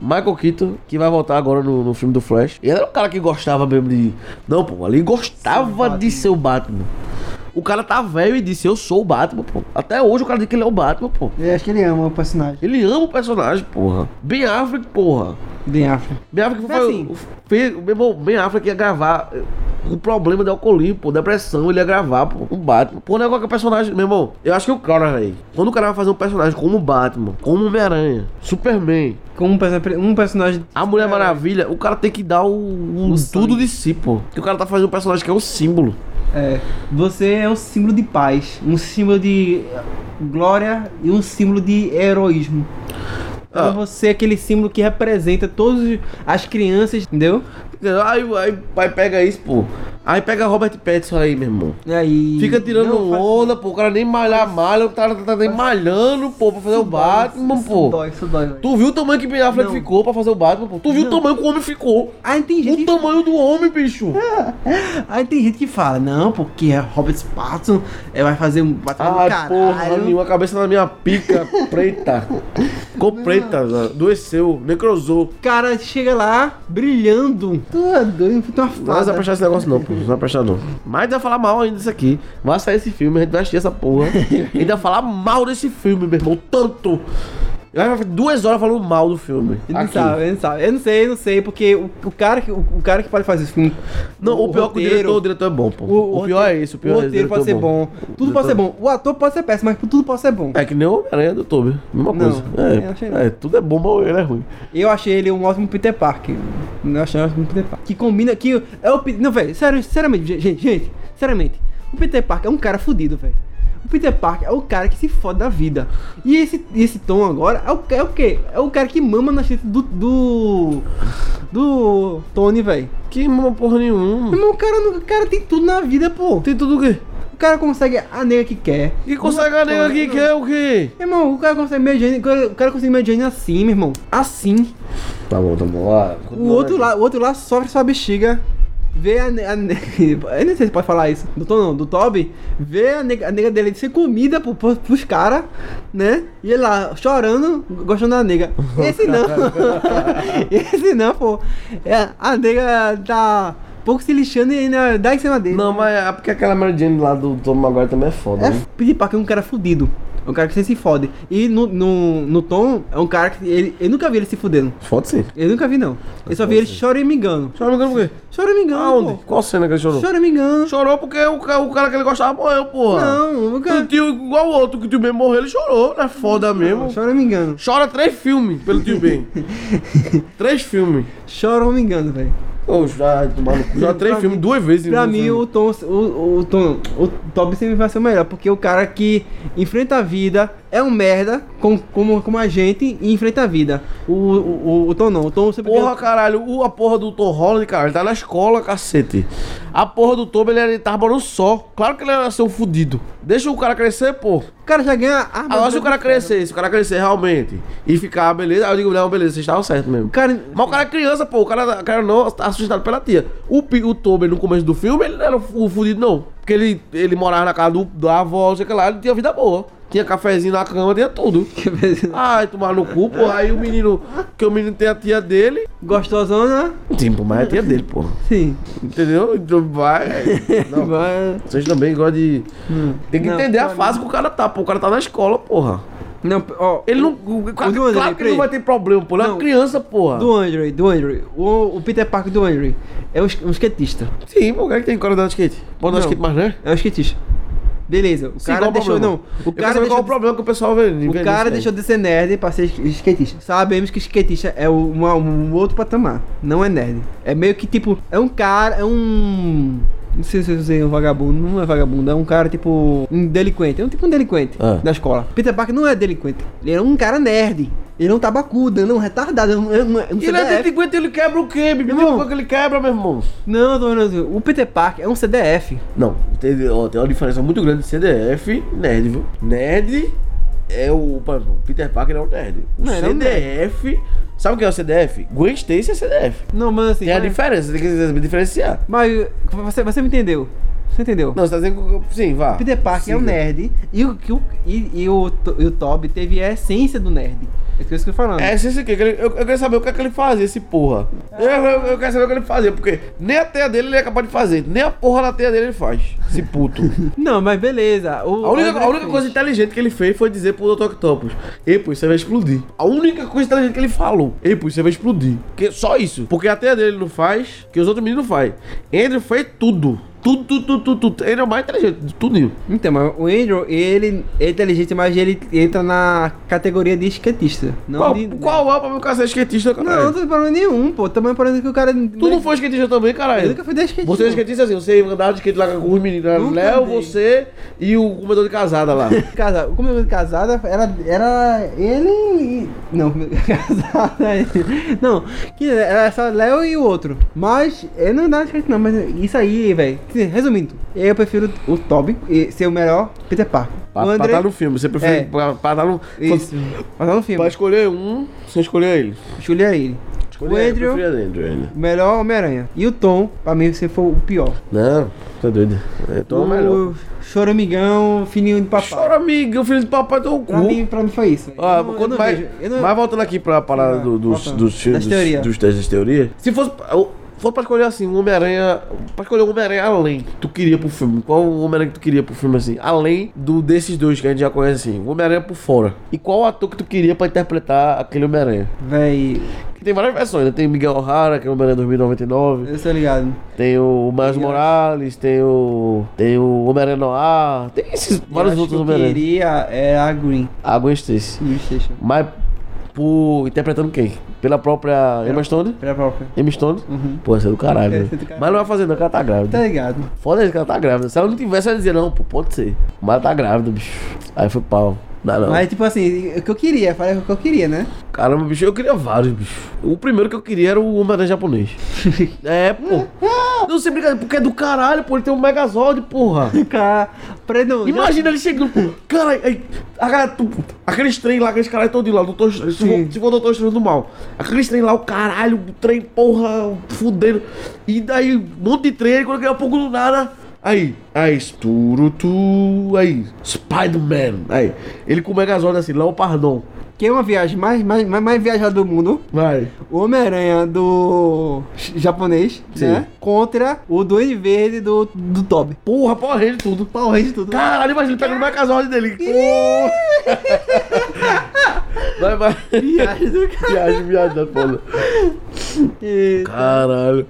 [SPEAKER 2] Michael Keaton, que vai voltar agora no, no filme do Flash. Ele era o cara que gostava mesmo de. Não, pô, ali gostava de ser o Batman. O cara tá velho e disse, eu sou o Batman, pô. Até hoje o cara diz que ele é o Batman, pô.
[SPEAKER 5] Eu acho que ele ama o personagem.
[SPEAKER 2] Ele ama o personagem, porra. Ben Affleck, porra.
[SPEAKER 3] Ben Affleck.
[SPEAKER 2] Ben Affleck foi.
[SPEAKER 3] Mas assim-
[SPEAKER 2] o- fez, meu irmão, Ben Affleck ia gravar. eh, O problema de alcoolismo, pô, depressão, ele ia gravar, pô, um Batman. Pô, não é qualquer personagem, meu irmão. Eu acho que o cara aí, quando o cara vai fazer um personagem como Batman, como Homem-Aranha, Superman,
[SPEAKER 3] Como um perso- um personagem.
[SPEAKER 2] a Mulher Maravilha, o cara tem que dar o, o tudo de si, pô. Porque o cara tá fazendo um personagem que é um símbolo.
[SPEAKER 3] É. Você é um símbolo de paz, um símbolo de glória e um símbolo de heroísmo. Então
[SPEAKER 2] Ah.
[SPEAKER 3] você é aquele símbolo que representa todas as crianças, entendeu?
[SPEAKER 2] Entendeu? Aí, aí, aí pega isso, pô. Aí pega Robert Pattinson aí, meu irmão.
[SPEAKER 3] E aí.
[SPEAKER 2] Fica tirando
[SPEAKER 3] Não, faz-
[SPEAKER 2] onda, pô. O cara nem malhar malha, o cara tá, tá nem malhando, pô, pra fazer o Batman,
[SPEAKER 3] isso
[SPEAKER 2] pô.
[SPEAKER 3] Dói, isso dói, velho.
[SPEAKER 2] Tu viu o tamanho que Ben Affleck
[SPEAKER 3] Não.
[SPEAKER 2] ficou pra fazer o Batman, pô? Tu viu o tamanho que o homem ficou?
[SPEAKER 3] Aí tem gente
[SPEAKER 2] O
[SPEAKER 3] que
[SPEAKER 2] tamanho do homem, bicho.
[SPEAKER 3] É, Aí tem gente que fala, não, porque é Robert Pattinson é, vai fazer um Batman do
[SPEAKER 2] Ah, porra,
[SPEAKER 3] caralho.
[SPEAKER 2] nenhuma cabeça na minha pica preta. Ficou preta, né? adoeceu, necrosou.
[SPEAKER 3] O cara chega lá brilhando. Tu é doido, tu é uma
[SPEAKER 2] Não vai
[SPEAKER 3] fada.
[SPEAKER 2] prestar esse negócio não, pô. Não vai prestar não. Mas vai falar mal ainda disso aqui. Vai sair esse filme, a gente vai assistir essa
[SPEAKER 3] [LAUGHS]
[SPEAKER 2] porra. Ainda vai falar mal desse filme, meu irmão. Tanto. Vai ficar duas horas falando mal do filme.
[SPEAKER 3] Ele não
[SPEAKER 2] Aqui.
[SPEAKER 3] sabe, ele não sabe. Eu não sei, eu não sei, porque o, o cara, que, o, o cara que pode fazer esse filme.
[SPEAKER 2] Não, o, pior que o diretor, o diretor é bom, pô. O, pior
[SPEAKER 3] roteiro-
[SPEAKER 2] é isso, o pior
[SPEAKER 3] O
[SPEAKER 2] é
[SPEAKER 3] roteiro pode ser
[SPEAKER 2] diretor
[SPEAKER 3] bom. Tudo
[SPEAKER 2] Diretor-
[SPEAKER 3] pode ser bom. O ator pode ser péssimo, mas tudo pode ser bom.
[SPEAKER 2] É que nem o Homem-Aranha do Toby. Mesma
[SPEAKER 3] Não,
[SPEAKER 2] coisa.
[SPEAKER 3] eu achei não.
[SPEAKER 2] É, é, tudo é bom, mas ele é ruim.
[SPEAKER 3] Eu achei ele um ótimo Peter Parker. Eu achei um ótimo Peter Parker. Que combina que é o Pe- Não, velho, sério, sinceramente, gen- gente, gente, sinceramente. O Peter Parker é um cara fudido, velho. O Peter Parker é o cara que se fode da vida. E esse, esse Tom agora é o, é o quê? É o cara que mama na cheta do. do. do Tony, velho.
[SPEAKER 2] Que mama porra nenhuma.
[SPEAKER 3] Irmão, o cara, não- o cara tem tudo na vida, pô.
[SPEAKER 2] Hum. Tem tudo o quê?
[SPEAKER 3] O cara consegue a nega que quer.
[SPEAKER 2] Que consegue a nega aqui que é o quê?
[SPEAKER 3] Irmão, o cara consegue Mary Jane, o cara- o cara consegue Mary Jane assim, meu irmão. Assim.
[SPEAKER 2] Tá bom, tá bom. Lá,
[SPEAKER 3] O outro lá, o outro lá sofre sua bexiga. Vê a, ne- a ne- [LAUGHS] Eu nem sei se pode falar isso. Do Tom não, do Toby. Vê a nega, a nega dele ser comida pro, pro, pros caras, né? E ele lá, chorando, gostando da nega. Esse não. [LAUGHS] Esse não, pô. É, a nega tá pouco se lixando e ainda dá em cima dele.
[SPEAKER 2] Não, mas é porque aquela Mary Jane lá do Tom Maguire também é foda,
[SPEAKER 3] É,
[SPEAKER 2] né?
[SPEAKER 3] Peter Parker é um cara fudido. É um cara que você se fode. E no, no, no Tom, é um cara que. Ele, eu nunca vi ele se fudendo.
[SPEAKER 2] Foda sim.
[SPEAKER 3] Eu nunca vi, não. Eu só vi ele choramingando.
[SPEAKER 2] Chorou me engano por quê?
[SPEAKER 3] Choramingando.
[SPEAKER 2] Aonde?
[SPEAKER 3] pô.
[SPEAKER 2] Qual cena que ele chorou?
[SPEAKER 3] Choramingando.
[SPEAKER 2] Chorou porque o, ca- o cara que ele gostava morreu, porra.
[SPEAKER 3] Não, o cara-
[SPEAKER 2] O tio, igual o outro que o tio Ben morreu, ele chorou. Não é foda mesmo.
[SPEAKER 3] Choramingando.
[SPEAKER 2] Chora três filmes pelo tio
[SPEAKER 3] [LAUGHS]
[SPEAKER 2] Ben. três filmes.
[SPEAKER 3] Choramingando, velho.
[SPEAKER 2] Ô, já, tomar no cu. Já três
[SPEAKER 3] Pra
[SPEAKER 2] filmes,
[SPEAKER 3] mim-
[SPEAKER 2] duas vezes. né?
[SPEAKER 3] Pra
[SPEAKER 2] no
[SPEAKER 3] mim,
[SPEAKER 2] filme.
[SPEAKER 3] o Tom, o, o Tom, o Toby sempre vai ser o melhor, porque o cara que enfrenta a vida é um merda, com- como, como a gente, e enfrenta a vida. O, o, o- o Tom não, o Tom sempre
[SPEAKER 2] Porra, caralho, o- a porra do Tom Holland, cara, ele tá na escola, cacete. A porra do Tom, ele, ele tava morando só. Claro que ele ia ser um fudido. Deixa o cara crescer, pô.
[SPEAKER 3] o cara já ganha a armadura
[SPEAKER 2] Agora se o cara
[SPEAKER 3] do ferro.
[SPEAKER 2] crescer, se o cara crescer realmente e ficar, beleza, aí eu digo, não, beleza, vocês estavam certo mesmo.
[SPEAKER 3] O cara, [LAUGHS]
[SPEAKER 2] Mas o cara é criança, pô, o cara, o cara não tá assustado pela tia. O, Pi- o Tom, ele, no começo do filme, ele não era o fudido, não. Porque ele, ele morava na casa do, da avó, não sei o que lá, ele tinha vida boa. Tinha cafezinho na cama, tinha tudo. Ai, tomar no cu, pô. Aí o menino, que o menino tem a tia dele,
[SPEAKER 3] Gostosona?
[SPEAKER 2] Sim, pô, mas é a tia dele, pô.
[SPEAKER 3] Sim.
[SPEAKER 2] Entendeu? Então vai. Não,
[SPEAKER 3] Vai-
[SPEAKER 2] vocês também gostam de. Tem que
[SPEAKER 3] Hum. Não,
[SPEAKER 2] entender a
[SPEAKER 3] pra
[SPEAKER 2] fase que o cara tá, pô. O cara tá na escola, porra.
[SPEAKER 3] Não, ó.
[SPEAKER 2] Ele não. o- o- claro
[SPEAKER 3] André,
[SPEAKER 2] que ele
[SPEAKER 3] peraí.
[SPEAKER 2] não vai ter problema, pô. Ele é uma
[SPEAKER 3] Não.
[SPEAKER 2] criança, porra.
[SPEAKER 3] Do Andrew, do Andrew. O, o Peter Parker do Andrew é um, es- um skatista.
[SPEAKER 2] Sim, pô. O cara que tem cara andar de skate? Pode andar de
[SPEAKER 3] Não.
[SPEAKER 2] skate mais, né?
[SPEAKER 3] É um skatista. Beleza, o cara deixou. Não,
[SPEAKER 2] deixou...
[SPEAKER 3] o cara
[SPEAKER 2] qual
[SPEAKER 3] deixou.
[SPEAKER 2] o problema que o pessoal vê.
[SPEAKER 3] de- O cara deixou de ser nerd pra ser es- skatista. Sabemos que skatista é o- uma- um outro patamar. Não é nerd. É meio que tipo. É um cara. É um. Não sei se eu usei um vagabundo, não é vagabundo, é um cara tipo. Um delinquente. É um tipo um delinquente
[SPEAKER 2] Ah.
[SPEAKER 3] da escola. Peter Parker não é delinquente. Ele é um cara nerd. Ele é um tabacuda, ele é um retardado. Ele, não é- não é- não sei
[SPEAKER 2] Ele
[SPEAKER 3] da
[SPEAKER 2] é
[SPEAKER 3] época.
[SPEAKER 2] delinquente, ele quebra o quê? Me
[SPEAKER 3] Irmão.
[SPEAKER 2] diga qual que ele quebra, meu irmão.
[SPEAKER 3] Não, eu tô falando assim, o Peter Parker é um CDF.
[SPEAKER 2] Não, tem, ó, tem uma diferença muito grande de CDF e nerd, viu? Nerd é o. pô, O Peter Parker não é um nerd. O
[SPEAKER 3] Não, ele é um
[SPEAKER 2] CDF. Sabe o que é o CDF? Gwen Stacy é CDF.
[SPEAKER 3] Não, mas assim.
[SPEAKER 2] Tem a
[SPEAKER 3] mas-
[SPEAKER 2] diferença, tem que diferenciar.
[SPEAKER 3] Mas você, você me entendeu. Você entendeu?
[SPEAKER 2] Não, você tá dizendo que. Sim, vá.
[SPEAKER 3] Peter Parker é um
[SPEAKER 2] Siga.
[SPEAKER 3] nerd e o, que o- e, e o, To- e o Toby teve a essência do nerd. É isso que eu tô falando.
[SPEAKER 2] É, esse, esse, aqui, que ele- eu, eu quero saber o que é que ele fazia, esse porra. Eu, eu- eu quero saber o que ele fazia, porque nem a teia dele ele é capaz de fazer, nem a porra da teia dele ele faz, esse puto.
[SPEAKER 3] Não, mas beleza. o-
[SPEAKER 2] A única, a
[SPEAKER 3] André
[SPEAKER 2] única
[SPEAKER 3] fez.
[SPEAKER 2] coisa inteligente que ele fez foi dizer pro Dr. Octopus: Ei, pô, você vai explodir. A única coisa inteligente que ele falou: Ei, pô, você vai explodir. Que, só isso. Porque a teia dele não faz, que os outros meninos não fazem. Andrew fez tudo. Tudo, tudo, tudo, tudo, tudo. Ele é o mais inteligente de tudo.
[SPEAKER 3] Então, mas o Andrew, ele é inteligente, mas ele entra na categoria de esquetista. Não
[SPEAKER 2] Qual,
[SPEAKER 3] de-
[SPEAKER 2] qual é o problema que você é skatista,
[SPEAKER 3] Não,
[SPEAKER 2] caralho?
[SPEAKER 3] não tem problema nenhum, pô. Também parece que o cara. é
[SPEAKER 2] Tu não foi skatista também, caralho?
[SPEAKER 3] Eu nunca fui de skatista.
[SPEAKER 2] Você é skatista assim, você andava de skate lá com os meninos. Era
[SPEAKER 3] Nunca
[SPEAKER 2] Léo,
[SPEAKER 3] andei.
[SPEAKER 2] você e o comedor de casada
[SPEAKER 3] [LAUGHS]
[SPEAKER 2] lá.
[SPEAKER 3] Casada, como eu casada, era, era ele e. Não, [LAUGHS] casada. ele- Não, que era só Léo e o outro. Mas eu não dá certo, não, mas isso aí, velho. Resumindo, eu prefiro o Toby e ser o melhor Peter Parker.
[SPEAKER 2] Pra,
[SPEAKER 3] o
[SPEAKER 2] pra
[SPEAKER 3] André.
[SPEAKER 2] estar no filme, você prefere.
[SPEAKER 3] É.
[SPEAKER 2] Pra, pra estar no.
[SPEAKER 3] Isso, mas não
[SPEAKER 2] Pra
[SPEAKER 3] no filme.
[SPEAKER 2] escolher um, você escolher ele.
[SPEAKER 3] Escolher ele.
[SPEAKER 2] Escolher
[SPEAKER 3] o
[SPEAKER 2] ele,
[SPEAKER 3] Andrew,
[SPEAKER 2] eu preferia Andrew, ele.
[SPEAKER 3] o melhor Homem-Aranha. E o Tom, pra mim, você foi o pior.
[SPEAKER 2] Não, tá doido. Eu tô
[SPEAKER 3] o
[SPEAKER 2] é melhor.
[SPEAKER 3] Choramigão, fininho de papai.
[SPEAKER 2] Chora, amiga, o filho do papai do cu.
[SPEAKER 3] Pra, mim, pra mim foi isso. velho.
[SPEAKER 2] Ah,
[SPEAKER 3] Eu não- eu
[SPEAKER 2] quando
[SPEAKER 3] não
[SPEAKER 2] vai,
[SPEAKER 3] vejo- eu não-
[SPEAKER 2] mas voltando aqui pra parada do- dos,
[SPEAKER 3] Voltando.
[SPEAKER 2] dos,
[SPEAKER 3] Das
[SPEAKER 2] dos,
[SPEAKER 3] teorias.
[SPEAKER 2] dos testes de teoria. Se fosse, pra- eu- fosse pra escolher assim, um Homem-Aranha. Pra escolher um Homem-Aranha além que tu queria pro filme. Qual o Homem-Aranha que tu queria pro filme assim? Além do desses dois que a gente já conhece assim. O Homem-Aranha por fora. E qual ator que tu queria pra interpretar aquele Homem-Aranha?
[SPEAKER 3] Véi,
[SPEAKER 2] Que tem várias versões, né? Tem Miguel O'Hara, que é o Homem-Aranha 2099.
[SPEAKER 3] eu sou ligado.
[SPEAKER 2] Tem o Miles Morales, tem o. Tem o Homem-Aranha Noir, tem esses vários
[SPEAKER 3] eu acho que
[SPEAKER 2] outros
[SPEAKER 3] eu
[SPEAKER 2] Homem-Aranha.
[SPEAKER 3] queria é a Green
[SPEAKER 2] Ah, gostei.
[SPEAKER 3] do Station.
[SPEAKER 2] Mas por. interpretando quem? Pela própria Emma Stone?
[SPEAKER 3] Pra própria.
[SPEAKER 2] Emma Stone?
[SPEAKER 3] Uhum.
[SPEAKER 2] Pô, essa é do caralho.
[SPEAKER 3] É,
[SPEAKER 2] né?
[SPEAKER 3] essa é do caralho.
[SPEAKER 2] Mas não vai fazer, não, que ela tá
[SPEAKER 3] Tá
[SPEAKER 2] grávida.
[SPEAKER 3] ligado?
[SPEAKER 2] Foda-se que ela tá grávida. Se ela não tivesse, ela ia dizer, não, pô, pode ser. Mas ela tá grávida, bicho. Aí foi pau. Não, não.
[SPEAKER 3] Mas tipo assim, o que eu queria, falei o que eu queria, né?
[SPEAKER 2] Caramba, bicho, eu queria vários, bicho. O primeiro que eu queria era o Homem-Aranha
[SPEAKER 3] [LAUGHS]
[SPEAKER 2] japonês. é, pô. Não sei brincadeira, porque é do caralho, pô. Ele tem um Megazord, porra.
[SPEAKER 3] Cara, pra não.
[SPEAKER 2] Imagina ele chegando, pô, cara, aí, a galera, tu- aqueles trem lá, aqueles caras todo de lá, doutor, Estranho, se
[SPEAKER 3] Sim.
[SPEAKER 2] for, se for doutor Estranho do mal, aqueles trem lá, o caralho, o trem, porra, fudendo, e daí, um monte de trem, aí quando daqui a pouco do nada, aí, aí, esturutu, aí, Spider-Man, aí, ele com o Megazord assim, lá o pardão,
[SPEAKER 3] Que é uma viagem mais, mais, mais, mais viajada do mundo.
[SPEAKER 2] vai,
[SPEAKER 3] O Homem-Aranha do ch- japonês,
[SPEAKER 2] Sim.
[SPEAKER 3] né? Contra o Duende Verde do, do Toby. [LAUGHS]
[SPEAKER 2] porra, Power Ranger, tudo, Power Ranger, tudo, caralho, imagina ele pegando o Megazord dele, Pô. [LAUGHS] vai, vai,
[SPEAKER 3] Viagem do cara.
[SPEAKER 2] viagem, viagem da porra.
[SPEAKER 3] E-
[SPEAKER 2] Caralho.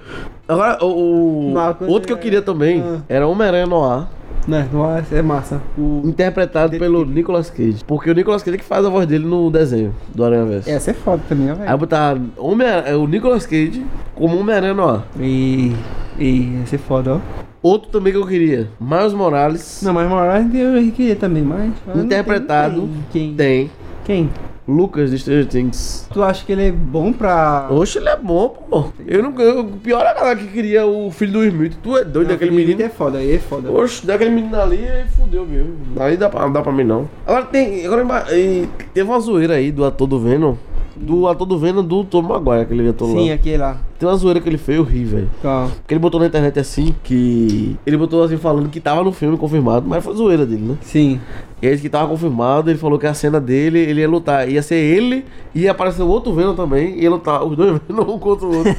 [SPEAKER 2] Agora, o, o-
[SPEAKER 3] Marco,
[SPEAKER 2] outro que eu queria também
[SPEAKER 3] Ah.
[SPEAKER 2] era um Homem-Aranha Noir,
[SPEAKER 3] Né, nossa, é massa. O...
[SPEAKER 2] interpretado pelo Nicolas Cage. Porque o Nicolas Cage é que faz a voz dele no desenho do Aranha Verso.
[SPEAKER 3] Essa é foda também, né,
[SPEAKER 2] Aí
[SPEAKER 3] velho.
[SPEAKER 2] botar Homem o Nicolas Cage como Homem-Aranha Noir.
[SPEAKER 3] E. E essa é foda, ó.
[SPEAKER 2] Outro também que eu queria, Miles Morales,
[SPEAKER 3] Não, mas Moraes eu queria também, mas. mas não tem-
[SPEAKER 2] interpretado,
[SPEAKER 3] não tem- Quem?
[SPEAKER 2] tem
[SPEAKER 3] Quem?
[SPEAKER 2] Lucas de Stranger Things.
[SPEAKER 3] Tu acha que ele é bom pra.
[SPEAKER 2] Oxe, ele é bom, pô. Eu não, eu, pior é a galera que queria o filho do Smith. Tu é doido
[SPEAKER 3] Não,
[SPEAKER 2] daquele
[SPEAKER 3] aquele
[SPEAKER 2] menino.
[SPEAKER 3] é foda, aí é foda.
[SPEAKER 2] Oxe, daquele menino ali aí fudeu mesmo. Aí dá pra, não dá pra mim não. Agora tem. Agora ima- e teve uma zoeira aí do ator do Venom. Do ator do Venom do Tom Maguire, aquele ator
[SPEAKER 3] Sim, é.
[SPEAKER 2] lá.
[SPEAKER 3] aquele lá.
[SPEAKER 2] Tem uma zoeira que ele fez, eu ri, velho.
[SPEAKER 3] Tá.
[SPEAKER 2] Porque ele botou na internet assim que. Ele botou assim falando que tava no filme confirmado, mas foi zoeira dele, né?
[SPEAKER 3] Sim.
[SPEAKER 2] E aí disse que tava confirmado, ele falou que a cena dele, ele ia lutar. Ia ser ele e ia aparecer o outro Venom também, e ia lutar os dois [LAUGHS] Venom um contra o outro.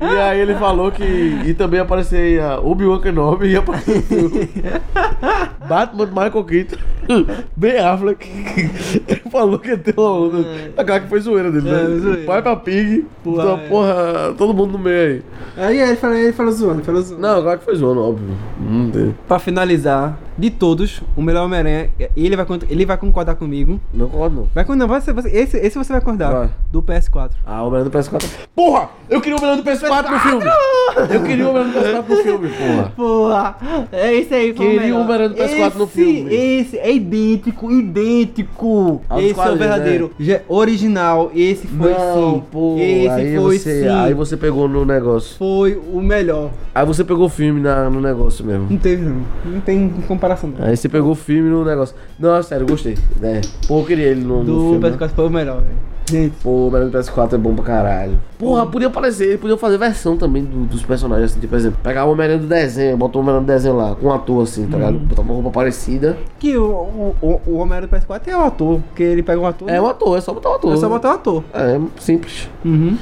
[SPEAKER 2] e aí ele falou que. E também ia aparecer a Obi-Wan Kenobi e ia aparecer o filme. [LAUGHS] Batman do Michael Keaton. [LAUGHS] Ben Affleck. ele falou que ia ter uma onda. A cara que foi zoeira dele,
[SPEAKER 3] É,
[SPEAKER 2] né?
[SPEAKER 3] zoeira.
[SPEAKER 2] Pai pra Pig.
[SPEAKER 3] Uai.
[SPEAKER 2] Então, porra, todo mundo no meio aí.
[SPEAKER 3] Aí ele falou, ele falou zoando, ele falou zoando.
[SPEAKER 2] Não, agora que foi zoando, óbvio. Não tem.
[SPEAKER 3] Pra finalizar, de todos, o melhor Homem-Aranha, ele vai, con- ele vai concordar comigo.
[SPEAKER 2] Não concordo, não.
[SPEAKER 3] Vai, con- não, você, você- esse, esse você vai concordar.
[SPEAKER 2] Vai.
[SPEAKER 3] Do PS4.
[SPEAKER 2] Ah, o Homem-Aranha do PS4. Porra! Eu queria o Homem-Aranha do PS4 no filme! Eu queria o Homem-Aranha do PS4 no filme, porra.
[SPEAKER 3] Porra! É esse aí, foi
[SPEAKER 2] Queria
[SPEAKER 3] melhor.
[SPEAKER 2] o Homem-Aranha do PS4 no
[SPEAKER 3] Esse-
[SPEAKER 2] filme.
[SPEAKER 3] Esse é idêntico, idêntico.
[SPEAKER 2] Ah, dos
[SPEAKER 3] esse é o
[SPEAKER 2] quadrinhos,
[SPEAKER 3] verdadeiro. Já- original, esse foi
[SPEAKER 2] Não,
[SPEAKER 3] sim.
[SPEAKER 2] pô,
[SPEAKER 3] esse
[SPEAKER 2] aí
[SPEAKER 3] foi
[SPEAKER 2] você,
[SPEAKER 3] sim.
[SPEAKER 2] Aí você pegou no negócio.
[SPEAKER 3] Foi o melhor.
[SPEAKER 2] Aí você pegou o filme na, no negócio mesmo.
[SPEAKER 3] Não teve, não. Não tem comparação. Não.
[SPEAKER 2] Aí você pegou o filme no negócio. Não, é sério, eu gostei. É. Pô, eu queria ele no, no
[SPEAKER 3] Do
[SPEAKER 2] filme. né?
[SPEAKER 3] PS4 foi o melhor, velho. Gente,
[SPEAKER 2] Pô, o Homem-Aranha do PS4 é bom pra caralho. Porra, podia aparecer, ele podia fazer versão também do- dos personagens, assim, tipo, por exemplo, pegar o Homem-Aranha do desenho, botou o Homem-Aranha do desenho lá, com um ator assim, tá ligado? Botar uma roupa parecida.
[SPEAKER 3] que o, o, o- o Homem-Aranha do PS4 é o ator, porque ele pega um ator.
[SPEAKER 2] É um ator, é só botar um ator.
[SPEAKER 3] É só botar o ator.
[SPEAKER 2] É, simples.
[SPEAKER 3] Uhum.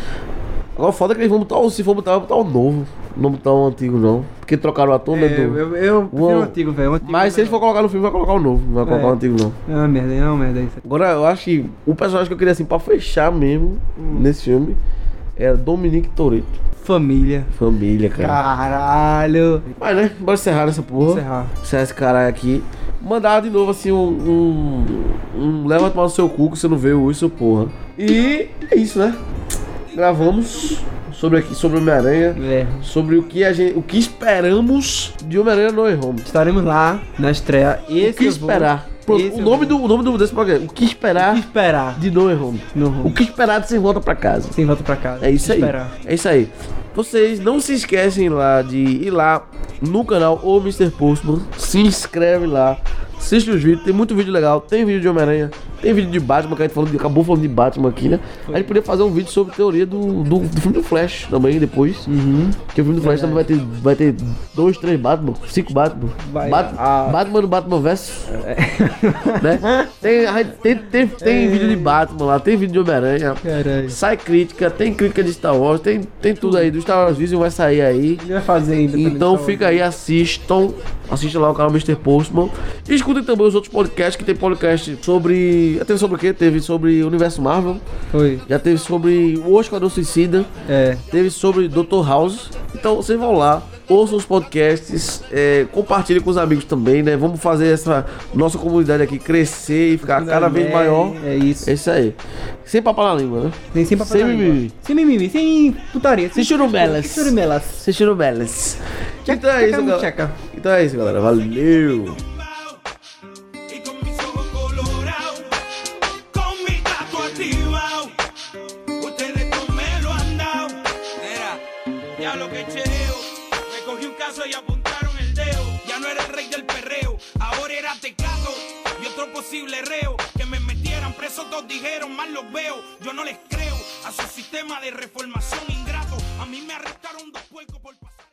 [SPEAKER 2] Agora o foda é que eles vão botar, o- se for botar, vai botar o novo. Não botar o antigo, não. Porque trocaram o ator, né?
[SPEAKER 3] É,
[SPEAKER 2] do-
[SPEAKER 3] eu, eu prefiro
[SPEAKER 2] Uou.
[SPEAKER 3] o antigo, velho. o antigo
[SPEAKER 2] Mas se
[SPEAKER 3] é
[SPEAKER 2] eles for
[SPEAKER 3] melhor.
[SPEAKER 2] colocar no filme, vai colocar o novo. Não vai colocar o antigo, não.
[SPEAKER 3] É uma merda, é uma merda isso.
[SPEAKER 2] Agora, eu acho que o personagem que eu queria, assim, pra fechar mesmo,
[SPEAKER 3] Hum.
[SPEAKER 2] nesse filme, era Dominique Toretto.
[SPEAKER 3] Família.
[SPEAKER 2] Família, cara.
[SPEAKER 3] Caralho.
[SPEAKER 2] Mas, né? Bora encerrar essa porra.
[SPEAKER 3] Encerrar.
[SPEAKER 2] Encerrar esse caralho aqui. Mandar de novo, assim, um... Um, um leva tomar no seu cu que você não vê o isso, porra. E é isso, né? Gravamos sobre aqui, sobre Homem-Aranha.
[SPEAKER 3] É.
[SPEAKER 2] Sobre o que a gente... O que esperamos de Homem-Aranha No Way Home. é
[SPEAKER 3] Estaremos lá na estreia. Esse
[SPEAKER 2] o que
[SPEAKER 3] eu vou-
[SPEAKER 2] esperar? Pronto,
[SPEAKER 3] esse
[SPEAKER 2] o,
[SPEAKER 3] eu
[SPEAKER 2] nome
[SPEAKER 3] vou.
[SPEAKER 2] do, o nome do desse programa. O que
[SPEAKER 3] O
[SPEAKER 2] esperar
[SPEAKER 3] que esperar?
[SPEAKER 2] de No Way Home?
[SPEAKER 3] No rumo.
[SPEAKER 2] O que esperar de sem volta pra casa?
[SPEAKER 3] Sem volta pra casa.
[SPEAKER 2] É isso aí.
[SPEAKER 3] Esperar.
[SPEAKER 2] É isso aí. Vocês não se esquecem lá de ir lá no canal O Mr. Postman. Se inscreve lá. Assiste os vídeos. Tem muito vídeo legal. Tem vídeo de Homem-Aranha. Tem vídeo de Batman, que a gente falou de- acabou falando de Batman aqui, né? A gente podia fazer um vídeo sobre teoria do, do, do filme do Flash também depois. Uhum. Porque o filme do
[SPEAKER 3] É
[SPEAKER 2] Flash também vai ter, vai ter dois, três Batman, cinco Batman.
[SPEAKER 3] Vai,
[SPEAKER 2] Bat-
[SPEAKER 3] a- É.
[SPEAKER 2] Batman no Batman Verso. né? Tem, a gente- tem, tem, tem vídeo de Batman lá, tem vídeo de Homem-Aranha.
[SPEAKER 3] Caralho.
[SPEAKER 2] Sai crítica, tem crítica de Star Wars, tem, tem tudo aí. Do Star Wars Vision vai sair aí.
[SPEAKER 3] Ele vai fazer ainda. também,
[SPEAKER 2] Então
[SPEAKER 3] tá
[SPEAKER 2] fica aí, assistam. Assistam lá o canal Mr. Postman. E escutem também os outros podcasts, que tem podcast sobre... Teve sobre o quê? Teve sobre o Universo Marvel.
[SPEAKER 3] bom. Foi.
[SPEAKER 2] Já teve sobre o Esquadrão Suicida.
[SPEAKER 3] É.
[SPEAKER 2] Teve sobre Dr. House. Então vocês vão lá, ouçam os podcasts, é, compartilhem com os amigos também, né? Vamos fazer essa nossa comunidade aqui crescer e ficar cada vez
[SPEAKER 3] É,
[SPEAKER 2] maior.
[SPEAKER 3] É isso.
[SPEAKER 2] É isso aí. Sem papar na língua, né?
[SPEAKER 3] Nem sem papai
[SPEAKER 2] Sem
[SPEAKER 3] na língua.
[SPEAKER 2] mimimi.
[SPEAKER 3] Sem mimimi, sem putaria.
[SPEAKER 2] Sem churumelas.
[SPEAKER 3] Sem churumelas.
[SPEAKER 2] Vocês tiram belas. Então é isso,
[SPEAKER 3] Checa,
[SPEAKER 2] galera.
[SPEAKER 3] um checa.
[SPEAKER 2] Então é isso, galera. Valeu!
[SPEAKER 6] y con mis ojos colorados, con mi taco activado. Ustedes con me lo han dado. Mira, ya lo que cheo, me cogí un caso y apuntaron el dedo. Ya no era el rey del perreo, ahora era teclado y otro posible reo. Que me metieran preso, todos dijeron, mal los veo. Yo no les creo a su sistema de reformación ingrato. A mí me arrestaron dos puercos por pasar.